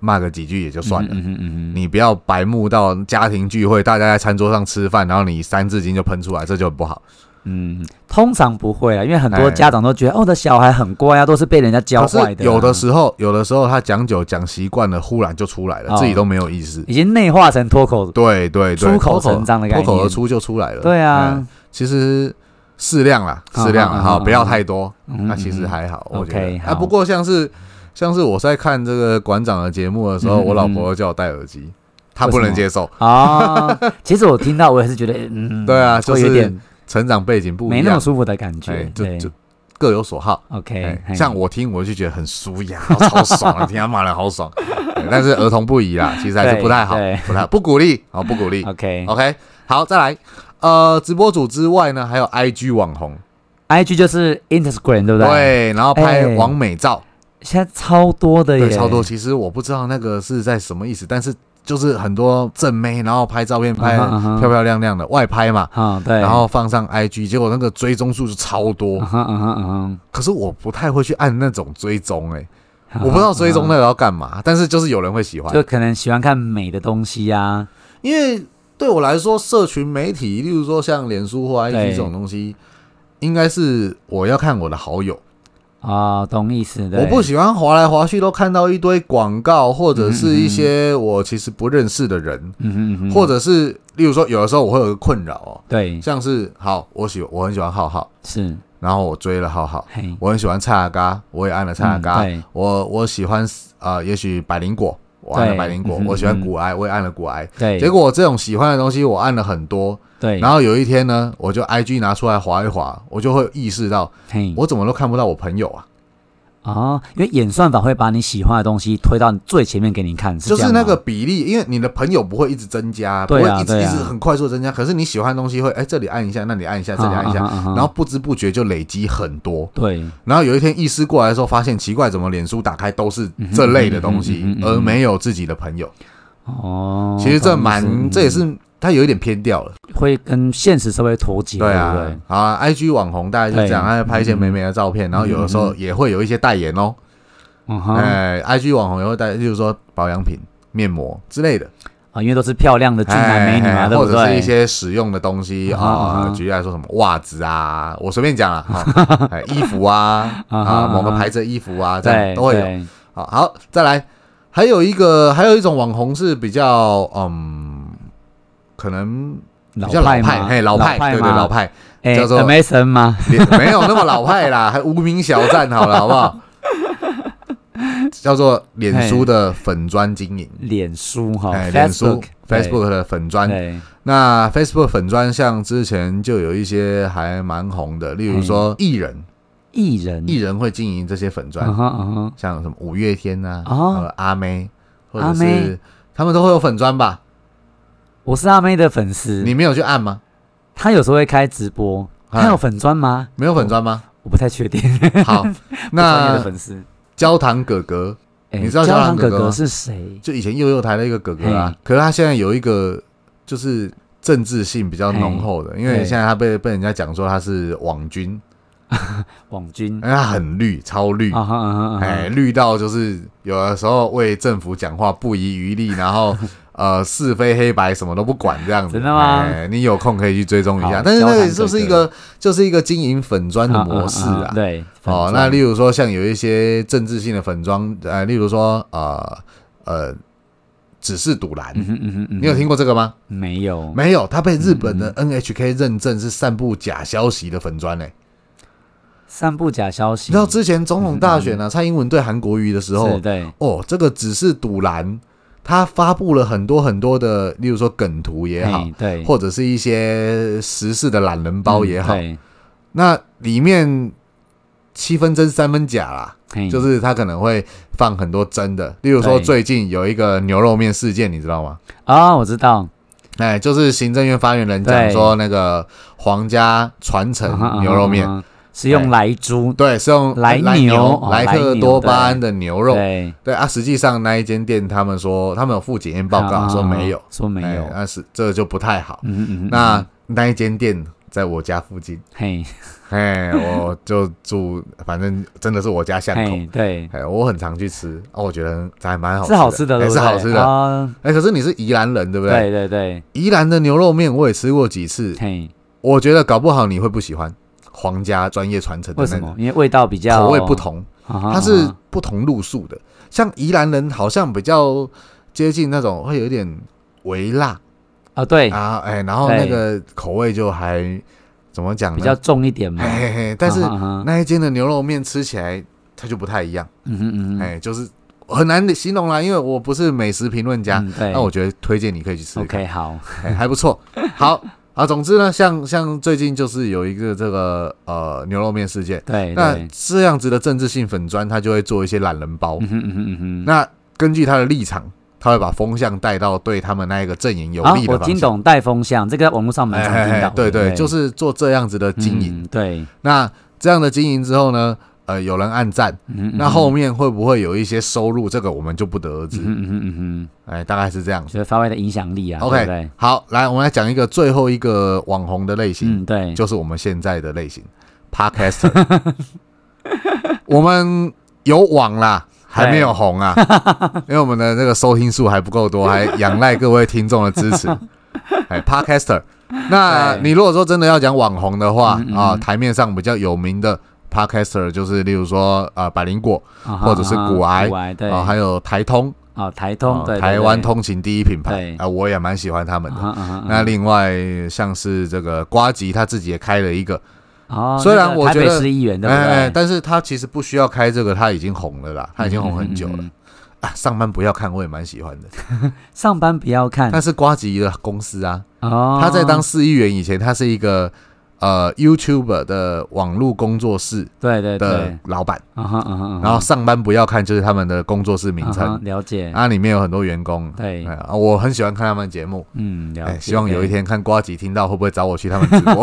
S1: 骂个几句也就算了，
S2: 嗯哼嗯哼嗯哼，
S1: 你不要白目到家庭聚会，大家在餐桌上吃饭，然后你三字经就喷出来，这就很不好。
S2: 嗯，通常不会啊，因为很多
S1: 哎
S2: 家长都觉得、哦，我的小孩很乖啊，都是被人家教
S1: 可是
S2: 坏的啊、
S1: 有的时候，有的时候他讲久讲习惯了，忽然就出来了，
S2: 哦
S1: 自己都没有意识。
S2: 已经内化成脱口
S1: 对对对，
S2: 出口成章的概
S1: 脱口
S2: 念
S1: 而出就出来了。
S2: 对啊
S1: 嗯，其实适量啦，适量啦，
S2: 好
S1: 哈，
S2: 好好
S1: 不要太多。
S2: 啊嗯
S1: 那其实
S2: 嗯
S1: 还好，
S2: 嗯
S1: 我觉得
S2: OK，。
S1: 啊，
S2: 好
S1: 不过像是像是我在看这个馆长的节目的时候，
S2: 嗯嗯
S1: 我老婆叫我戴耳机，她不能接受。
S2: 啊、其实我听到我也是觉得，嗯，
S1: 对啊就
S2: 会有
S1: 是
S2: 点
S1: 成长背景不一
S2: 没
S1: 样，
S2: 那么舒服的感觉。
S1: 哎就
S2: 对
S1: 就各有所好。
S2: OK，
S1: 哎、
S2: 嘿
S1: 像我听我就觉得很舒压， 然后超爽啊 的，听他骂人好爽、哎但是儿童不宜啦，其实还是不太好
S2: 对对，
S1: 不太不鼓励，好不鼓励。
S2: OK
S1: OK，好，再来，呃，直播主之外呢，还有 IG 网红，
S2: IG 就是 Instagram 对不对？，
S1: 对，然后拍
S2: 哎
S1: 完美照，
S2: 现在超多的耶，
S1: 对，超多。其实我不知道那个是在什么意思，但是就是很多正妹，然后拍照片拍
S2: 嗯哼嗯哼
S1: 漂漂亮亮的，外拍嘛。
S2: 啊、对。
S1: 然后放上 IG，结果那个追踪数就超
S2: 嗯
S1: 多，
S2: 哼，嗯哼嗯哼
S1: 可是我不太会去按那种追踪、哎，
S2: 嗯哼，
S1: 我不知道追踪那个要干嘛，但是就是有人会喜欢
S2: 啊就，可能喜欢看美的东西啊。
S1: 因为对我来说，社群媒体，例如说像脸书或 IG
S2: 对
S1: 这种东西，应该是我要看我的好友，
S2: 哦，懂意思的。
S1: 我不喜欢滑来滑去都看到一堆广告或者是一些我其实不认识的人，
S2: 嗯哼嗯哼，
S1: 或者是例如说有的时候我会有个困扰哦，
S2: 对，
S1: 像是好，我喜我很喜欢浩浩，
S2: 是，
S1: 然后我追了浩浩，
S2: 嘿，
S1: 我很喜欢蔡阿嘎，我也按了蔡阿嘎，
S2: 嗯对
S1: 我我喜欢呃，也许百灵果，我按了
S2: 对
S1: 百灵果，
S2: 嗯哼
S1: 我喜欢
S2: 嗯
S1: 骨癌，我也按了骨癌。
S2: 对，
S1: 结果我这种喜欢的东西，我按了很多，
S2: 对，
S1: 然
S2: 后
S1: 后有一天呢，我就 I G 拿出来划一划，我就会意识到，
S2: 嘿，
S1: 我怎么都看不到我朋友啊，
S2: 哦，因为演算法会把你喜欢的东西推到最前面给你看，
S1: 就
S2: 这样
S1: 是那
S2: 吗
S1: 个比例，因为你的朋友不会一直增加，不
S2: 对
S1: 会一
S2: 啊
S1: 直
S2: 对
S1: 一
S2: 啊
S1: 直很快速地增加，可是你喜欢的东西会，哎，这里按一下，那里按一下，这里按一
S2: 啊
S1: 下
S2: 啊啊啊啊，
S1: 然后不知不觉就累积很多，
S2: 对，
S1: 然后有一天意识过来的时候，发现奇怪，怎么脸书打开都是这类的东西
S2: 嗯嗯哼嗯哼嗯哼嗯，哼
S1: 而没有自己的朋友。
S2: 哦，
S1: 其实这
S2: 懂意思嗯
S1: 蛮，这也是它有一点偏掉了。
S2: 会跟现实社会脱节，
S1: 对
S2: 对哎嗯
S1: 啊
S2: 不，
S1: 好啊，IG 网红大概就这样，
S2: 对
S1: 他会拍一些美美的照片，然后有的时
S2: 嗯
S1: 候也会有一些代言哦。
S2: 对？嗯哼，
S1: 哎，IG 网红也会代，例如说保养品、面膜之类的，
S2: 啊，因为都是漂亮的俊男美女
S1: 哎
S2: 嘛，
S1: 哎
S2: 对不
S1: 或
S2: 对？
S1: 者是一些使用的东西
S2: 啊哈啊
S1: 啊
S2: 哈，
S1: 举例来说什么袜子啊，我随便讲了， 哈哎衣服啊
S2: 啊哈啊
S1: 啊，
S2: 哈
S1: 某个牌子的衣服啊，这
S2: 对
S1: 样都会有。
S2: 对
S1: 好好，再来，还有一个，还有一种网红是比较，嗯，可能
S2: 老
S1: 比较老派，
S2: 嘛，
S1: 嘿，老派，对对，
S2: 嘛
S1: 老，派，
S2: 哎
S1: 叫做
S2: Amazon 吗？
S1: 也没有那么老派啦， 还无名小站好了，好不好？叫做脸书的粉砖经营，
S2: 脸书哈
S1: 哎，脸书
S2: 哦 Facebook 对
S1: Facebook 的粉砖，
S2: 对，
S1: 那 Facebook 粉砖像之前就有一些还蛮红的，例如说艺人，
S2: 艺人，
S1: 艺人会经营这些粉砖
S2: 嗯，哼嗯哼，
S1: 像什么五月天呐、啊，
S2: 哦
S1: 还有阿妹，或者
S2: 阿妹
S1: 是他们都会有粉砖吧？
S2: 我是阿妹的粉丝，
S1: 你没有去按吗？
S2: 她有时候会开直播，
S1: 哎
S2: 她有粉砖吗？
S1: 没有粉砖 吗？
S2: 我不太确定，
S1: 好，
S2: 专业的
S1: 那
S2: 粉丝。
S1: 焦糖哥哥
S2: 哎
S1: 你知道
S2: 焦
S1: 焦糖
S2: 哥
S1: 哥哥吗
S2: 是谁？
S1: 就以前幼幼台的一个哥哥啊
S2: 嘿，
S1: 可是他现在有一个就是政治性比较浓厚的，因为
S2: 嘿
S1: 现在他被被人家讲说他是网军，
S2: 网军
S1: 因为它很绿，超绿，
S2: 嗯啊哈啊哈啊
S1: 哎，
S2: 哈，
S1: 绿到就是有的时候为政府讲话不遗余力，然 后呃是非黑白什么都不管这样子。
S2: 真的吗
S1: 哎你有空可以去追踪一下
S2: 好，
S1: 但是那
S2: 交
S1: 个
S2: 谈
S1: 就是
S2: 这
S1: 一个就是一个经营粉砖的
S2: 啊
S1: 模式啊。
S2: 对，
S1: 哦，那例如说像有一些政治性的粉砖，呃，例如说呃呃，只是赌蓝，
S2: 嗯哼嗯哼哦嗯，
S1: 你有听过这个吗？
S2: 没有？
S1: 没有，他被日本的
S2: 嗯
S1: NHK 认证是散布假消息的粉砖嘞、
S2: 散布假消
S1: 你
S2: 息，
S1: 知道之前总统大选呢、啊，蔡英文对韩国瑜的时候
S2: 嗯是，对，
S1: 哦，这个只是赌蓝，他发布了很多很多的，例如说梗图也好
S2: 嘿，对，
S1: 或者是一些时事的懒人包也
S2: 嗯
S1: 好，
S2: 对
S1: 那里面七分真三分假啦，
S2: 嘿
S1: 就是他可能会放很多真的，例如说
S2: 嗯对
S1: 最近有一个牛肉面事件，你知道吗？
S2: 啊，我知道，
S1: 哎，就是行政院发言人讲
S2: 对
S1: 说那个皇家传
S2: 啊哈啊
S1: 承
S2: 哈
S1: 呃牛肉面哎
S2: 啊，哈是用莱猪，
S1: 对，是用
S2: 莱牛哦
S1: 莱
S2: 莱
S1: 克
S2: 牛
S1: 多巴胺的牛肉，
S2: 对，
S1: 对啊，实际上那一间店他们说他们有附检验报告
S2: 啊
S1: 说没有，
S2: 说没有
S1: 哎，那是这就不太好。
S2: 嗯嗯嗯，
S1: 那那一间店在我家附近，
S2: 嘿，
S1: 哎，我就住，反正真的是我家巷口，
S2: 嘿，对，
S1: 哎，我很常去吃，哦，我觉得还蛮好吃
S2: 是
S1: 的，
S2: 好吃的，对
S1: 哎
S2: 不
S1: 是
S2: 对
S1: 好吃的。
S2: 啊
S1: 哎，可是你是宜兰人，对不对？
S2: 对对对，
S1: 宜兰的牛肉面我也吃过几次，
S2: 嘿，
S1: 我觉得搞不好你会不喜欢皇家专业传承的
S2: 为
S1: 那
S2: 什
S1: 种
S2: 么？因为味道比较啊
S1: 口味不，同，
S2: 它
S1: 它是不同路数的。像宜兰人好像比较接近那种会有一点微辣
S2: 啊，对，
S1: 啊，哎，然后那个口味就还怎么讲呢？
S2: 比较重一点嘛
S1: 嘿。嘿嘿，但是
S2: 啊哈啊哈
S1: 那一间的牛肉面吃起来它就不太一样，
S2: 嗯哼嗯哼，
S1: 哎，就是很难形容啦，因为我不是美食评论家，
S2: 嗯对，
S1: 那我觉得推荐你可以去吃吃看
S2: OK 好，
S1: 哎，还不错。好啊，总之呢，像像最近就是有一个这个呃牛肉面事件，
S2: 对
S1: 那
S2: 对，
S1: 这样子的政治性粉砖，他就会做一些懒人包。
S2: 嗯哼嗯哼嗯哼。
S1: 那根据他的立场，他会把风向带到对他们那一个阵营有
S2: 啊
S1: 利，的
S2: 我
S1: 方
S2: 听
S1: 向。
S2: 懂带风向，这个在网络上蛮
S1: 哎
S2: 常听
S1: 哎
S2: 到
S1: 哎
S2: 的。
S1: 对对，就是做这样子的经营。
S2: 嗯对，
S1: 那这样的经营之后呢，呃，有人暗赞，
S2: 嗯
S1: 那后面会不会有一些收入？这个我们就不得而知
S2: 嗯。嗯嗯嗯
S1: 哎，大概是这样
S2: 嗯，。就是发挥的影响力啊
S1: OK
S2: 对不对？
S1: 好，来，我们来讲一个最后一个网红的类型。
S2: 嗯，对，
S1: 就是我们现在的类型，Podcaster。我们有网啦，还没有红啊， 因为我们的那个收听数还不够多，还仰赖各位听众的支 持。哎，Podcaster，那
S2: 对
S1: 你如果说真的要讲网红的话
S2: 嗯嗯
S1: 啊，
S2: 嗯
S1: 台面上比较有名的 Podcaster 就是例如说呃百灵果
S2: 啊哈
S1: 或者是
S2: 啊哈
S1: 骨癌
S2: 骨癌对，
S1: 啊，还有台通
S2: 哦台
S1: 啊
S2: 通，对，对
S1: 台湾
S2: 对
S1: 通勤第一品牌
S2: 对
S1: 啊，我也蛮喜欢他们
S2: 啊
S1: 的。
S2: 哈啊哈
S1: 那另外像是这个瓜吉他自己也开了一个，
S2: 哦，
S1: 虽然
S2: 那个
S1: 我
S2: 台
S1: 觉
S2: 北
S1: 得
S2: 市议员对不
S1: 哎，
S2: 对？
S1: 但是他其实不需要开这个，他已经红了啦，他已经红很久了、
S2: 嗯嗯嗯嗯
S1: 啊。上班不要看，我也蛮喜欢 的。
S2: 上班不要看
S1: 但是瓜吉的公司啊，
S2: 哦，
S1: 他在当市议员以前，他是一个呃 YouTuber 的网络工作室
S2: 对对
S1: 的
S2: 对，
S1: 老板，
S2: 啊哈啊哈啊哈，
S1: 然后上班不要看就是他们的工作室名
S2: 啊哈
S1: 称，
S2: 了解，
S1: 啊，里面有很多员工。
S2: 对
S1: 哎，啊我很喜欢看他们节目，
S2: 嗯，了
S1: 哎，
S2: 解，
S1: 希望有一
S2: 对。
S1: 天看瓜吉听到会不会找我去他们直 播。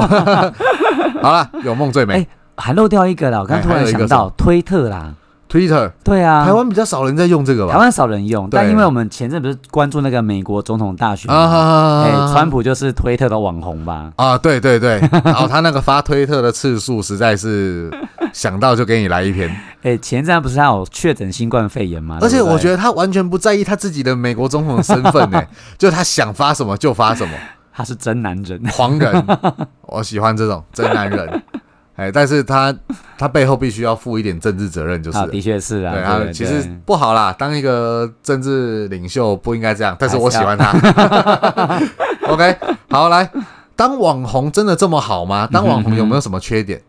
S1: 好了，有梦最美
S2: 哎还漏掉一个了，我刚
S1: 哎
S2: 突
S1: 还
S2: 然
S1: 有一个
S2: 想到推特啦，
S1: ，Twitter，
S2: 对啊，
S1: 台湾比较少人在用这个吧？
S2: 台湾少人用，
S1: 对
S2: 但因为我们前阵不是关注那个美国总统大选
S1: 啊
S2: 吗，
S1: 哈，
S2: 哎，川普就是推特的网红吧？
S1: 啊，对对对， 然后他那个发推特的次数实在是想到就给你来一篇，
S2: 哎，前阵不是他有确诊新冠肺炎吗？
S1: 而且
S2: 对不对
S1: 我觉得他完全不在意他自己的美国总统的身份 呢、就他想发什么就发什么，
S2: 他是真男人，
S1: 狂人，我喜欢这种真男人，哎，但是他他背后必须要负一点政治责任，就是
S2: 啊，
S1: 了。
S2: 的确是啊，
S1: 对
S2: 对
S1: 啊，
S2: 对
S1: 其实
S2: 对
S1: 不好啦，当一个政治领袖不应该这样，但是我喜
S2: 还
S1: 欢
S2: 是要
S1: 他。OK，好， 来，当网红真的这么好吗？当网红有没有什么缺点？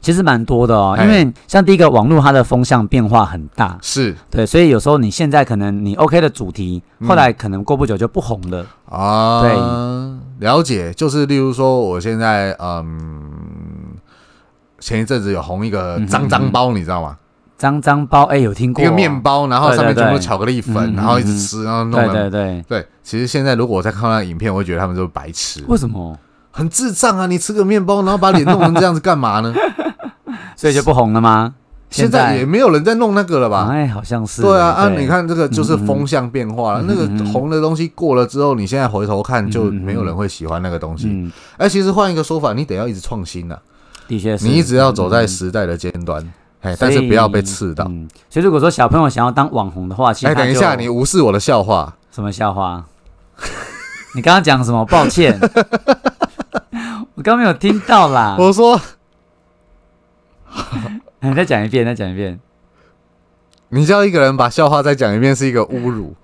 S2: 其实蛮多的哦，
S1: 哎
S2: 因为像第一个网络它的风向变化很大，
S1: 是
S2: 对，所以有时候你现在可能你 OK 的主题，
S1: 嗯
S2: 后来可能过不久就不红了，
S1: 啊，了解，就是例如说，我现在嗯，前一阵子有红一个
S2: 嗯哼
S1: 脏脏包，你知道吗？
S2: 脏脏包，哎，有听过
S1: 一个面
S2: 包，
S1: 包，然后上面
S2: 对对对
S1: 全部都巧克力粉，
S2: 嗯
S1: 然后一直吃，然后弄
S2: 对
S1: 的。
S2: 对对，
S1: 对，其实现在如果我再看到那影片，我会觉得他们都是白痴，
S2: 为什么？
S1: 很智障啊！你吃个面包，然后把脸弄成这样子干嘛 呢？
S2: 所以就不红了吗？
S1: 现
S2: 现
S1: 在
S2: 在
S1: 也没有人在弄那个了吧？
S2: 哎，好像是，
S1: 对啊，啊，你，看这个就是风向变化了。
S2: 嗯
S1: 那
S2: 嗯
S1: 个
S2: 嗯
S1: 红的东西过了之后，你现在回头看就
S2: 嗯嗯嗯
S1: 没有人会喜欢那个东西。
S2: 嗯，
S1: 哎，其实换一个说法，你得要一直创新啊。
S2: 的确是。
S1: 你一直要走在
S2: 嗯
S1: 时代的尖端，哎，
S2: 所
S1: 但
S2: 以
S1: 是不要被刺到。
S2: 嗯，所以如果说小朋友想要当网红的话，其实
S1: 哎，
S2: 他
S1: 等一
S2: 就
S1: 下，你无视我的笑话，
S2: 什么笑话？ 你刚刚讲什么？抱歉， 我刚没有听到啦。
S1: 我说
S2: 你再讲一遍，再讲一遍。
S1: 你叫一个人把笑话再讲一遍是一个侮 辱。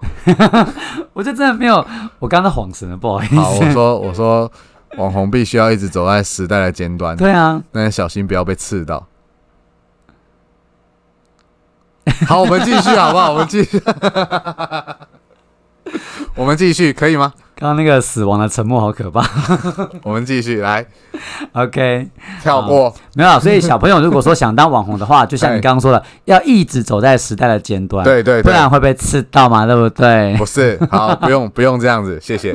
S2: 我就真的没有，我刚刚都恍神了，不好意
S1: 好，我
S2: 思。
S1: 说我说，网红必须要一直走在时代的尖 端，
S2: 对啊，
S1: 但是小心不要被刺到。好，我们继续好不好？我们继续， 我们继续可以吗？
S2: 刚刚那个死亡的沉默好可怕。
S1: 我们继续来
S2: OK，
S1: 跳过，
S2: 没有啦，所以小朋友如果说想当网红的话，就像你刚刚说的，要一直走在时代的尖端，
S1: 对对
S2: 不
S1: 对，
S2: 然会被刺到嘛，对不 对？
S1: 不是，好，不用不用这样子，谢谢。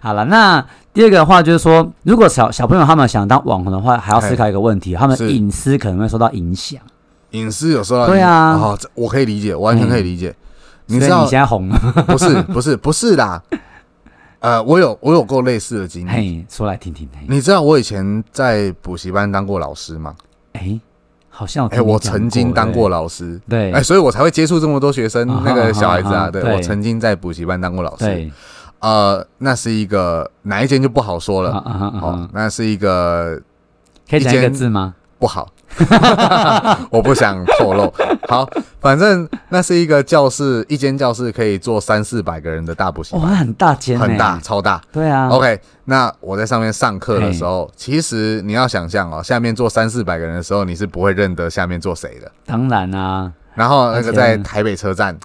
S2: 好了，那第二个的话就是说，如果小小朋友他们想当网红的话，还要思考一个问题，他们
S1: 是
S2: 隐私可能会受到影响。
S1: 隐私有受到
S2: 对啊嗯
S1: 影响哦，这我可以理解，完全可以理解。你知
S2: 所以
S1: 道
S2: 你现在红了，
S1: 不是不是不是啦，呃，我有我有过类似的经历。
S2: 嘿，说来听听。嘿
S1: 嗯你知道我以前在补习班当过老师吗？
S2: 哎，好像有
S1: 哎、
S2: 听你
S1: 我
S2: 讲
S1: 曾经当过
S2: 过，
S1: 老师，
S2: 对
S1: 哎、所以我才会接触这么多学生
S2: 啊哈
S1: 那个小孩子
S2: 啊
S1: 啊。
S2: 哈
S1: 对
S2: 对
S1: 我曾经在补习班当过老师，
S2: 对，
S1: 呃，那是一个哪一间就不好说
S2: 啊
S1: 了，
S2: 啊啊啊
S1: 哦
S2: 啊，，
S1: 那是一个
S2: 可以讲一个
S1: 间
S2: 字吗？
S1: 不好， 我不想透露。好，反正那是一个教室，一间教室可以坐三四百个人的大补习
S2: 哇，
S1: 班，
S2: 很大间，
S1: 很大，，超大。
S2: 对啊，
S1: OK，那我在上面上课的时候，其实你要想象哦，下面坐三四百个人的时候，你是不会认得下面坐谁的。
S2: 当然啊，
S1: 然后那个
S2: 而
S1: 在
S2: 且
S1: 台北车站，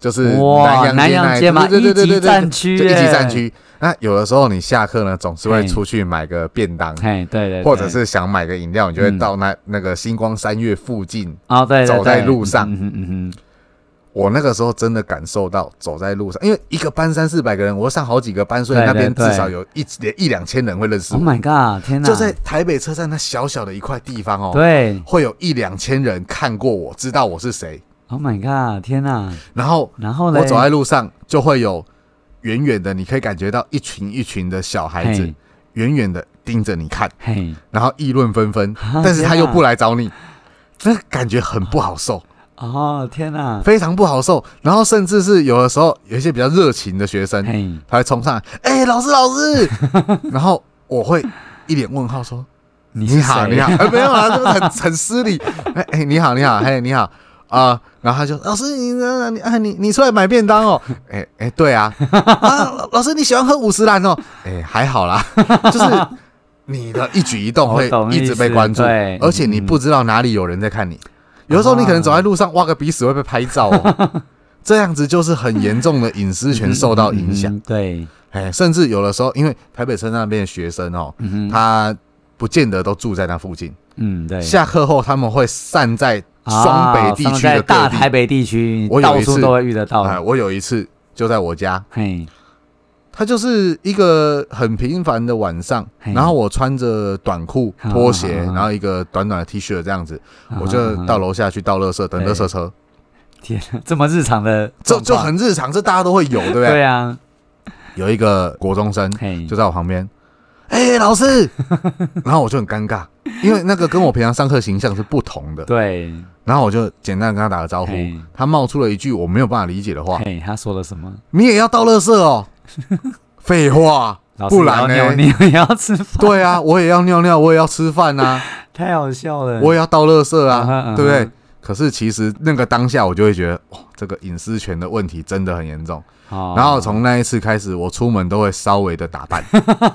S1: 就是
S2: 哇，
S1: 南
S2: 洋
S1: 洋
S2: 街
S1: 街
S2: 嘛，
S1: 那一对对对
S2: 一级
S1: 对对
S2: 战
S1: 对，
S2: 区，
S1: 就一级战，区。那有的时候你下课呢，总是会
S2: 嘿
S1: 出去买个便当，
S2: 嘿，对对，对
S1: 或者是想买个饮料，你就会
S2: 嗯
S1: 到那那个星光三月附近。
S2: 哦，对，对
S1: 走在路上
S2: 对嗯哼嗯哼，
S1: 我那个时候真的感受到走在路上，因为一个班三四百个人，我上好几个班，所以
S2: 对
S1: 那
S2: 对
S1: 边至
S2: 对
S1: 少有一连一两千人会认识
S2: ，Oh
S1: 我。
S2: my god，天哪，
S1: 就在台北车站那小小的一块地方哦，
S2: 对
S1: 会有一两千人看过我，知道我是谁。
S2: ，Oh my god，天哪，
S1: 然后
S2: 然后嘞，
S1: 我走在路上，就会有远远的，你可以感觉到一群一群的小孩子
S2: 嘿，
S1: 远远的盯着你看，
S2: 嘿，
S1: 然后议论纷 纷
S2: 啊，
S1: 但是他
S2: 天
S1: 又
S2: 啊
S1: 不来找你，这感觉很不好 受，
S2: 哦，天哪，
S1: 非常不好受。然后甚至是有的时候有一些比较热情的学生，
S2: 嘿，
S1: 他会冲上来，哎、老师老师， 然后我会一脸问号说。
S2: 你
S1: 你
S2: 是
S1: 好，
S2: 谁
S1: 你好，，哎，没有 啊，这个很很失礼。哎哎，你好，你好，嘿，你好啊、然后他就老师，你呃你啊，你你出来买便当哦？哎哎，对啊，啊，老老师你喜欢喝五十兰哦？哎，还好啦，就是你的一举一动
S2: 我
S1: 会
S2: 懂
S1: 一直被
S2: 意思
S1: 关注
S2: 对，
S1: 而且你
S2: 嗯
S1: 不知道哪里有人在看你。有的时候你可能走在路上挖个鼻屎会被拍照哦， 这样子就是很严重的隐私权受到影响
S2: 嗯。，对，
S1: 哎，甚至有的时候，因为台北车那边的学生哦，
S2: 嗯哼，
S1: 他不见得都住在那附近。
S2: 嗯对，
S1: 下课后他们会散在
S2: 啊
S1: 双北地
S2: 上
S1: 区
S2: 在
S1: 的
S2: 大
S1: 各
S2: 台
S1: 地。
S2: 北哦地区
S1: 我，有
S2: 到
S1: 一
S2: 处
S1: 次
S2: 都会遇得
S1: 哎，
S2: 到，
S1: 我有一次就在我家，
S2: 嘿，
S1: 他就是一个很平凡的晚上，
S2: 嘿啊
S1: 然后我穿着短裤、
S2: 好
S1: 拖鞋，
S2: 好好
S1: 然后一个短短的 T 恤这样子，我
S2: 啊
S1: 就
S2: 啊啊
S1: 到楼下去倒垃圾，等
S2: 对
S1: 垃圾车，
S2: 天啊，这么日常的
S1: 这
S2: 状
S1: 就
S2: 况
S1: 很日常，这大家都会有，对不对？
S2: 对啊，
S1: 有一个国中生
S2: 嘿，
S1: 就在我旁边，哎，老师， 然后我就很尴尬，因为那个跟我平常上课形象是不同的，
S2: 对，
S1: 然后我就简单地跟他打个招呼
S2: 嘿，
S1: 他冒出了一句我没有办法理解的话，
S2: 嘿，他说了什么？
S1: 你也要倒垃圾 哦？废话
S2: 老，师
S1: 不
S2: 你要
S1: 然
S2: 尿
S1: 呢？
S2: 尿，你 要吃饭，
S1: 对啊，我也要尿尿，我也要吃饭 啊，
S2: 太好笑了。
S1: 我也要倒垃圾
S2: 嗯哼嗯哼
S1: 啊，对不对？可是其实那个当下，我就会觉得，哇，这个隐私权的问题真的很严重。
S2: 哦
S1: 然后从那一次开始，我出门都会稍微的打扮，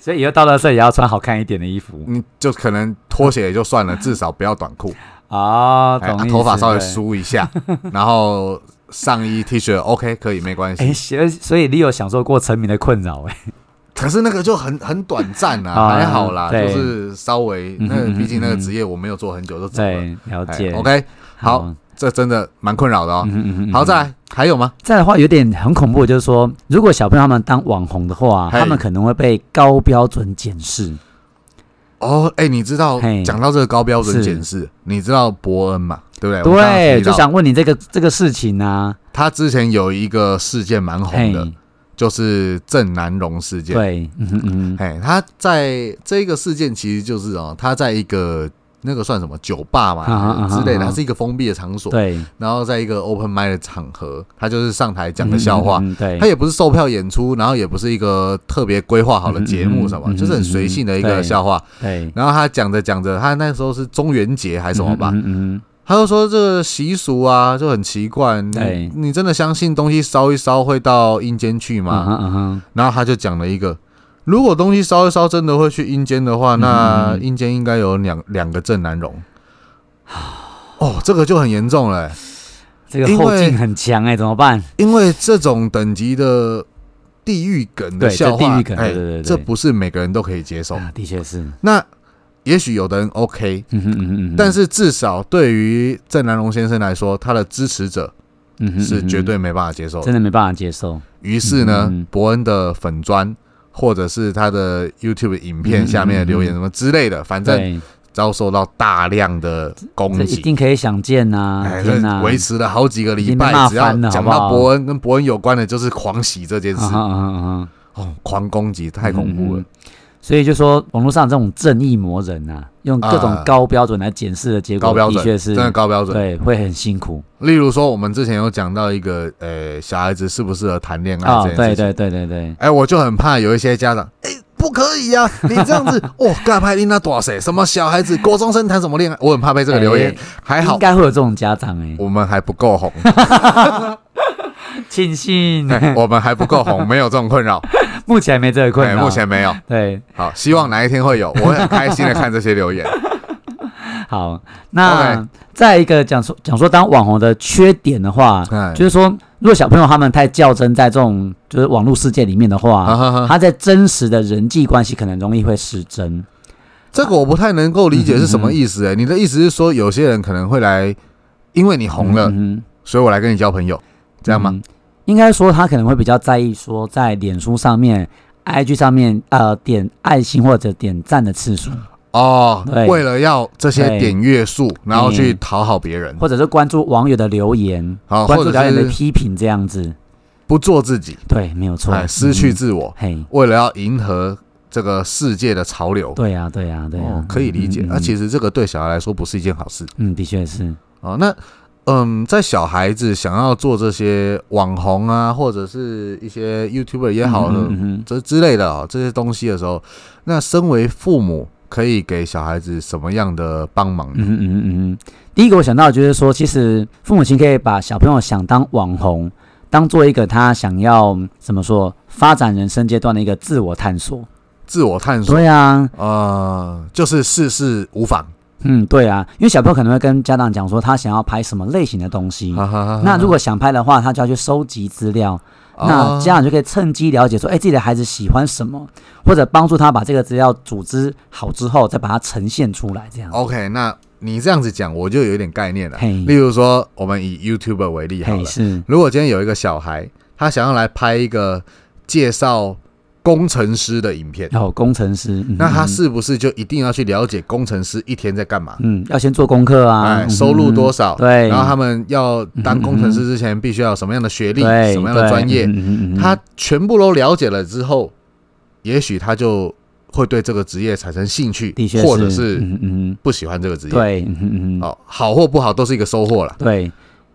S2: 所以以后到了这也要穿好看一点的衣服
S1: 你就可能拖鞋也就算了，至少不要短 裤，
S2: 哦，
S1: 哎
S2: 懂
S1: 啊
S2: 意思
S1: 头发稍微
S2: 对
S1: 梳一下，然后上衣 T 恤 OK 可以没关系
S2: 哎，。所以所以你有享受过沉迷的困扰
S1: 嗯
S2: 哎，
S1: 可是那个就很很短暂啊，
S2: 啊
S1: 还好啦，
S2: 对
S1: 就是稍微
S2: 嗯哼
S1: 那个
S2: 嗯哼
S1: 毕竟那个
S2: 嗯哼
S1: 职业我没有做很久就走了。
S2: 对，了
S1: 哎
S2: 解。
S1: OK，好
S2: 好，
S1: 这真的蛮困扰的哦
S2: 嗯。嗯嗯嗯
S1: 好，再来，还有吗？
S2: 再来的话，有点很恐怖，就是说，如果小朋友他们当网红的话，
S1: 嘿
S2: 他们可能会被高标准检视。
S1: 哦，哎，你知道
S2: 嘿
S1: 讲到这个高标准
S2: 是
S1: 检视，你知道伯恩嘛？对不哎对？我刚刚
S2: 对，
S1: 提
S2: 就
S1: 到
S2: 想问你这个这个事情啊，
S1: 他之前有一个事件蛮红的
S2: 嘿，，
S1: 就是郑南榕事件。
S2: 对，嗯哼嗯哼，
S1: 哎，他在这个事件其实就是哦，他在一个那个算什么酒吧嘛、
S2: 啊哈啊哈
S1: 之类的，
S2: 啊哈
S1: 它是一个封闭的场所，
S2: 对，
S1: 然后在一个 open mic 的场合，他就是上台讲个笑话。
S2: 嗯，嗯嗯对，
S1: 他也不是售票演出，然后也不是一个特别规划好的节目什么，
S2: 嗯嗯嗯嗯
S1: 就是很随性的一
S2: 嗯
S1: 个
S2: 嗯
S1: 笑话。
S2: 对，
S1: 然后他讲着讲着，他那时候是中元节哎还是什么吧，
S2: 嗯嗯
S1: 他就说这个习俗啊就很奇怪，你
S2: 对
S1: 你真的相信东西烧一烧会到阴间去
S2: 嗯，啊
S1: 吗？
S2: 哈啊哈，
S1: 然后他就讲了一个，如果东西烧一烧真的会去阴间的话，
S2: 嗯
S1: 那阴间应该有两两个正南榕。哦，这个就很严重了欸、
S2: 这个
S1: 因
S2: 后
S1: 为
S2: 劲很强哎，怎么办？
S1: 因为这种等级的地狱梗的
S2: 对
S1: 笑
S2: 这
S1: 话，
S2: 地狱梗
S1: 哎
S2: 对对对对
S1: 这不是每个人都可以接受。
S2: 啊，的确是，
S1: 那也许有的人 OK，
S2: 嗯哼嗯哼嗯哼，
S1: 但是至少对于郑南榕先生来说，他的支持者
S2: 嗯哼
S1: 是绝。
S2: 嗯哼
S1: 对没办法接受的
S2: 真的没办法接受，
S1: 于是呢
S2: 嗯，
S1: 伯恩的粉砖或者是他的 YouTube 影片下面的留
S2: 嗯
S1: 言什么之类的，反正
S2: 对，
S1: 遭受到大量的
S2: 这
S1: 攻
S2: 一
S1: 击。
S2: 定可以想见呐、
S1: 哎，
S2: 天
S1: 这
S2: 呐，
S1: 维持了好几个礼
S2: 已
S1: 拜
S2: 经被，骂
S1: 只要
S2: 翻了
S1: 讲
S2: 好
S1: 到
S2: 不好
S1: 伯恩跟伯恩有关的，就是狂喜这件事
S2: 啊，哈啊哈啊哈
S1: 哦，狂攻击，太恐怖了
S2: 嗯。所以就说网络上这种正义魔人啊，用各种
S1: 啊
S2: 高标准来检视的结果，
S1: 高标准
S2: 的确是
S1: 真嗯的高标准。
S2: 对，会很辛苦
S1: 例如说，我们之前有讲到一个，呃，小孩子适不适合谈恋爱
S2: 啊、
S1: 这件
S2: 对
S1: 事情。
S2: 对对对对，
S1: 哎，我就很怕有一些家长， 哎，不可以啊，你这样 子，哦，尬拍琳娜多少岁？什么小孩子，国中生谈什么恋爱？我很怕被这个留言
S2: 哎
S1: 还好
S2: 应，该会有这种家长哎、
S1: 我们还不够 红，
S2: 庆幸
S1: 哎 我们还不够红，没有这种困扰，
S2: 目前没这个困
S1: 对，
S2: 扰，
S1: 哎目前没有。
S2: 对，
S1: 好，希望哪一天会有，我会很开心的看这些留言。
S2: 好，那再一个讲说讲说当网红的缺点的话，
S1: 哎
S2: 就是说，如果小朋友他们太较真在这种就是网络世界里面的话，
S1: 啊哈哈哈
S2: 他在真实的人际关系可能容易会失真。
S1: 这个我不太能够理解是什
S2: 嗯
S1: 么意思、哎，你的意思是说，有些人可能会来，因为你红了，
S2: 嗯哼，
S1: 所以我来跟你交朋友，这样吗
S2: 嗯？应该说他可能会比较在意说在脸书上面、IG 上面呃点爱心或者点赞的次数，
S1: 哦，
S2: 对
S1: 为了要这些
S2: 对
S1: 点阅数，然后去
S2: 嗯
S1: 讨好别人，
S2: 或者是关注网友的留言、
S1: 好，
S2: 关
S1: 或
S2: 注
S1: 者
S2: 导演的
S1: 是
S2: 批评这样子。
S1: 不做自己，
S2: 对，没有错
S1: 哎，，失去
S2: 嗯
S1: 自我，
S2: 嘿。
S1: 为了要迎合这个世界的潮流，
S2: 对呀、对呀、对呀、
S1: 哦，可以理解。
S2: 嗯
S1: 那、其，实这个对小孩来说不是一件好事
S2: 嗯，嗯的确是，
S1: 啊、哦那嗯，在小孩子想要做这些网红啊，或者是一些 YouTuber 也好，
S2: 嗯嗯嗯
S1: 这之类的啊、哦、这些东西的时候，那身为父母可以给小孩子什么样的帮忙呢？
S2: 嗯嗯嗯嗯嗯，第一个我想到的就是说，其实父母亲可以把小朋友想当网红，当做一个他想要嗯怎么说发展人生阶段的一个自我探索。
S1: 自我探索，
S2: 对啊，
S1: 呃，就是世事无妨。
S2: 嗯，对啊，因为小朋友可能会跟家长讲说他想要拍什么类型的东西。
S1: 哈哈哈哈
S2: 嗯那如果想拍的话，他就要去收集资料，那
S1: 哦
S2: 家长就可以趁机了解说，哎，自己的孩子喜欢什么，或者帮助他把这个资料组织好之后，再把它呈现出来，这样。
S1: OK，那你这样子讲，我就有一点概念了。
S2: 嘿，
S1: 例如说，我们以 YouTuber 为例好
S2: 嘿
S1: 了，
S2: 是，
S1: 如果今天有一个小孩，他想要来拍一个介绍工程师的影片，
S2: 然后工程师，嗯
S1: 那他
S2: 嗯
S1: 是不是就一定要去了解工程师一天在干嘛？
S2: 嗯，要先做功课啊，
S1: 哎，
S2: 嗯
S1: 收入多少？
S2: 对，
S1: 然后他们要当工程师之前，必须要有什么样的
S2: 嗯
S1: 学历、什么样的专业？他全部都了解了之后，也许他就会对这个职业产生兴趣
S2: 的确，
S1: 或者
S2: 是，
S1: 是
S2: 嗯嗯，
S1: 不喜欢这个职业。，
S2: 对，嗯嗯嗯，
S1: 哦，好或不好都是一个收获啦。
S2: 对。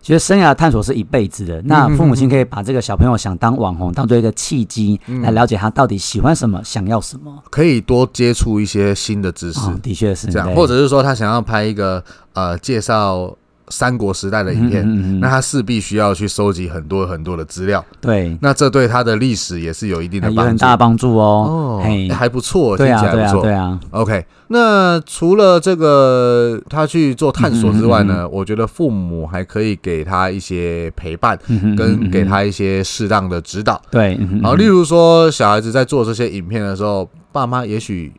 S2: 其实生涯探索是一辈子的，那
S1: 嗯
S2: 父母亲可以把这个小朋友想当网红当做一个契机，
S1: 嗯
S2: 来了解他到底喜欢什么，想要什么。
S1: 可以多接触一些新的知识，
S2: 哦的确是
S1: 这样，
S2: 对
S1: 或者是说他想要拍一个呃介绍三国时代的影片，
S2: 嗯嗯嗯嗯
S1: 那他势必需要去收集很多很多的资料，
S2: 对，
S1: 那这对他的历史也是有一定的
S2: 有
S1: 帮
S2: 很
S1: 助
S2: 大的。帮助哦
S1: 哦。，
S2: 嘿
S1: 欸，还不错，听
S2: 对
S1: 起来
S2: 啊，对
S1: 不
S2: 啊，
S1: 错
S2: 对。啊，
S1: OK，那除了这个他去做探索之
S2: 嗯
S1: 外呢，我觉得父母还可以给他一些陪伴，
S2: 嗯哼
S1: 跟给。
S2: 嗯哼嗯哼
S1: 他一些适当的指导。
S2: 对，嗯哼
S1: 好，例如说小孩子在做这些影片的时候，爸妈也许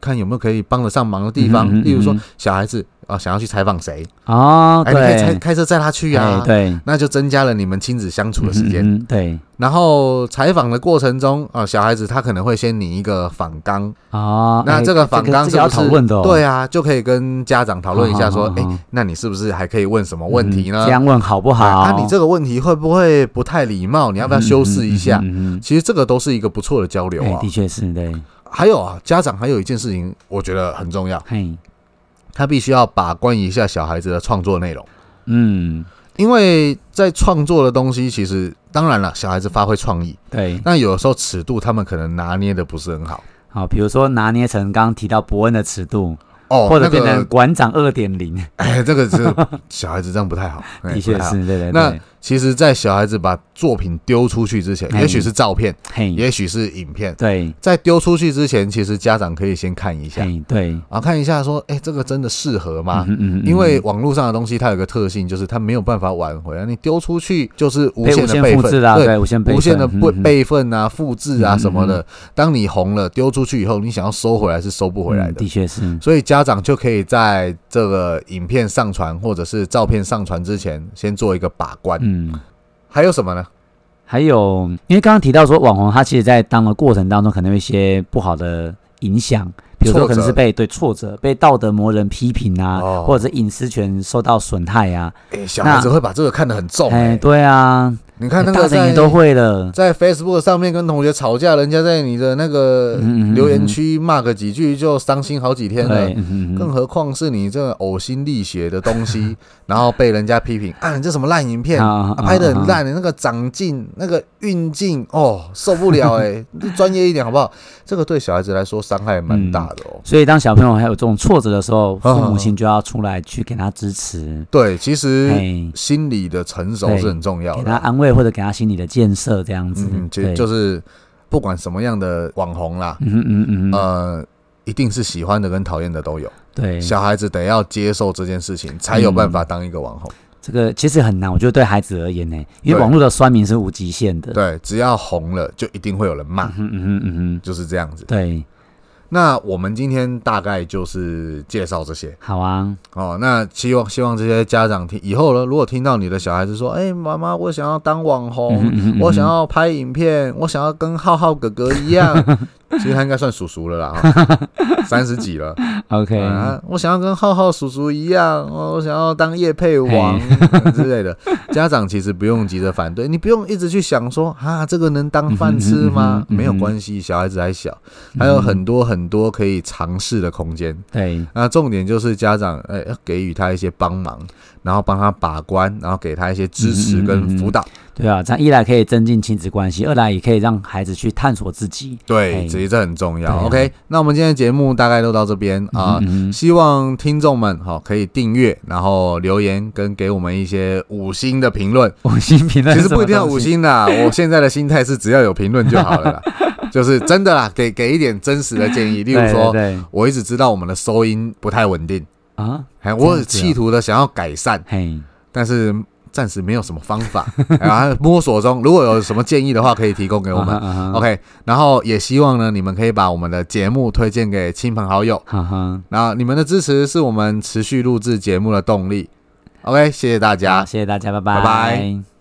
S1: 看有没有可以帮得上忙的地方
S2: 嗯哼嗯，哼
S1: 例如说
S2: 嗯哼
S1: 小孩子啊想要去采访谁，
S2: 哦，
S1: 哎，你可以开
S2: 对，
S1: 开车载他去
S2: 哎
S1: 啊，
S2: 对，
S1: 那就增加了你们亲子相处的时间。
S2: 嗯嗯嗯对，
S1: 然后采访的过程中啊，小孩子他可能会先拟一个访纲，
S2: 哦，
S1: 那
S2: 哎
S1: 这个访纲
S2: 这
S1: 是
S2: 个要
S1: 不
S2: 讨
S1: 是
S2: 论的哦，
S1: 对啊，就可以跟家长讨论一下，说
S2: 好好，好
S1: 哎
S2: 好，
S1: 那你是不是还可以问什么问题
S2: 嗯
S1: 呢？
S2: 这样问好不
S1: 对
S2: 好？
S1: 啊，你这个问题会不会不太礼貌？你要不要修饰一下？
S2: 嗯嗯嗯嗯嗯
S1: 其实这个都是一个不错的交流
S2: 哎
S1: 啊
S2: 的。确是对，
S1: 还有啊，家长还有一件事情，我觉得很重要，
S2: 嘿，
S1: 他必须要把关于一下小孩子的创作内容，
S2: 嗯，
S1: 因为在创作的东西，其实当然了，小孩子发挥创意，
S2: 对，
S1: 但有的时候尺度他们可能拿捏的不是很好
S2: 好，比如说拿捏成刚刚提到伯恩的尺度，
S1: 哦，
S2: 或者
S1: 那
S2: 变成
S1: 个
S2: 馆长二点零，
S1: 哎，这个是小孩子这样不太好，哎
S2: 的确。
S1: 不太好
S2: 是，对对
S1: 那
S2: 对，
S1: 其实，在小孩子把作品丢出去之前，
S2: 哎
S1: 也许是照片，
S2: 嘿，
S1: 也许是影片，
S2: 对，
S1: 在丢出去之前，其实家长可以先看一下，
S2: 嘿，对，
S1: 啊，看一下说，哎、这个真的适合吗？
S2: 嗯嗯嗯
S1: 因为网络上的东西，它有个特性，就是它没有办法挽回啊。你丢出去就是无
S2: 被
S1: 限
S2: 无
S1: 的
S2: 限
S1: 备
S2: 复
S1: 份，
S2: 制啊，对，无限备
S1: 无限的
S2: 份
S1: 备
S2: 嗯嗯
S1: 备份啊、复制啊
S2: 嗯
S1: 什么
S2: 嗯
S1: 的。当你红了，丢出去以后，你想要收回来是收不回来的。
S2: 嗯的确是，
S1: 所以家长就可以在这个影片上传或者是照片上传之前，先做一个把关。
S2: 嗯。
S1: 还有什么呢？
S2: 还有，因为刚刚提到说网红，他其实在当的过程当中，可能有一些不好的影响，比如说
S1: 挫折
S2: 可能是被对挫折、被道德魔人批评啊，
S1: 哦
S2: 或者是隐私权受到损害啊。
S1: 哎、小孩子会把这个看得很重、哎，
S2: 对啊，
S1: 你看那个
S2: 大人
S1: 在
S2: 也都会了。
S1: 在 Facebook 上面跟同学吵架，人家在你的那个
S2: 嗯嗯嗯
S1: 留言区骂个几句，就伤心好几天了
S2: 对。，嗯嗯
S1: 更何况是你这个呕心沥血的东 西，然后被人家批评啊，你这什么烂影片，
S2: 啊
S1: 啊
S2: 啊
S1: 拍的很
S2: 啊
S1: 烂，那个长进、那个运镜，哦，受不了哎，你专业一点好不好？这个对小孩子来说伤害
S2: 嗯
S1: 蛮大的哦。
S2: 所以当小朋友还有这种挫折的时候，
S1: 啊
S2: 父母亲就要出来去给他支持，
S1: 对，其实
S2: 哎，
S1: 心理的成熟是很重要
S2: 给他
S1: 的。
S2: 安慰或者给他心理的建设，这样子。
S1: 嗯，其实
S2: 对
S1: 就是不管什么样的网红啦，
S2: 嗯嗯嗯嗯，
S1: 呃，一定是喜欢的跟讨厌的都有。
S2: 对，
S1: 小孩子得要接受这件事情，才有办法当一个网红。
S2: 这个其实很难，我觉得对孩子而言呢，因为
S1: 对
S2: 网络的酸民是无极限的。
S1: 对，只要红了，就一定会有人骂，
S2: 嗯嗯哼嗯哼，
S1: 就是这样子。
S2: 对，
S1: 那我们今天大概就是介绍这些
S2: 好啊，
S1: 哦。那希望希望这些家长听以后呢，如果听到你的小孩子说：“哎、妈妈，我想要当网
S2: 嗯哼
S1: 红，
S2: 嗯哼
S1: 哦我想要拍影片，我想要跟浩浩哥哥一 样。”其实他应该算叔叔了啦，哈三十几了。
S2: OK，
S1: 啊，我想要跟浩浩叔叔一样，哦我想要当叶配王 之类的。家长其实不用急着反对，你不用一直去想说啊，这个能当饭吃吗？
S2: 嗯哼嗯哼嗯哼
S1: 没有关系，小孩子还小，还有很多很多可以尝试的空间。
S2: 对，
S1: 那重点就是家长哎、要给予他一些帮忙，然后帮他把关，然后给他一些支持
S2: 嗯
S1: 跟辅导。
S2: 对啊，这样一来可以增进亲子关系，二来也可以让孩子去探索自己。哎
S1: 对，其实这很重要。
S2: 对啊
S1: OK，那我们今天的节目大概都到这边啊。
S2: 嗯
S1: 希望听众们好、可以订阅，然后留言跟给我们一些五星的评论。
S2: 哼，五星评论
S1: 其实
S2: 是 什么
S1: 不一定要
S2: 东
S1: 五
S2: 西，
S1: 星啦，我现在的心态是只要有评论就好了啦，就是真的啦，给给一点真实的建议。例如
S2: 对
S1: 说，
S2: 对对
S1: 我一直知道我们的收音不太稳定，
S2: 啊，
S1: 哎，我
S2: 这样子
S1: 有
S2: 啊
S1: 企图的想要改善，
S2: 嘿，
S1: 但是暂时没有什么方法， 啊，摸索中。如果有什么建议的话，可以提供给我 们。
S2: 们
S1: OK，然后也希望呢，你们可以把我们的节目推荐给亲朋好友。
S2: 哈哈，
S1: 那你们的支持是我们持续录制节目的动力。OK，谢谢大家
S2: 好，谢谢大家，拜
S1: 啊拜拜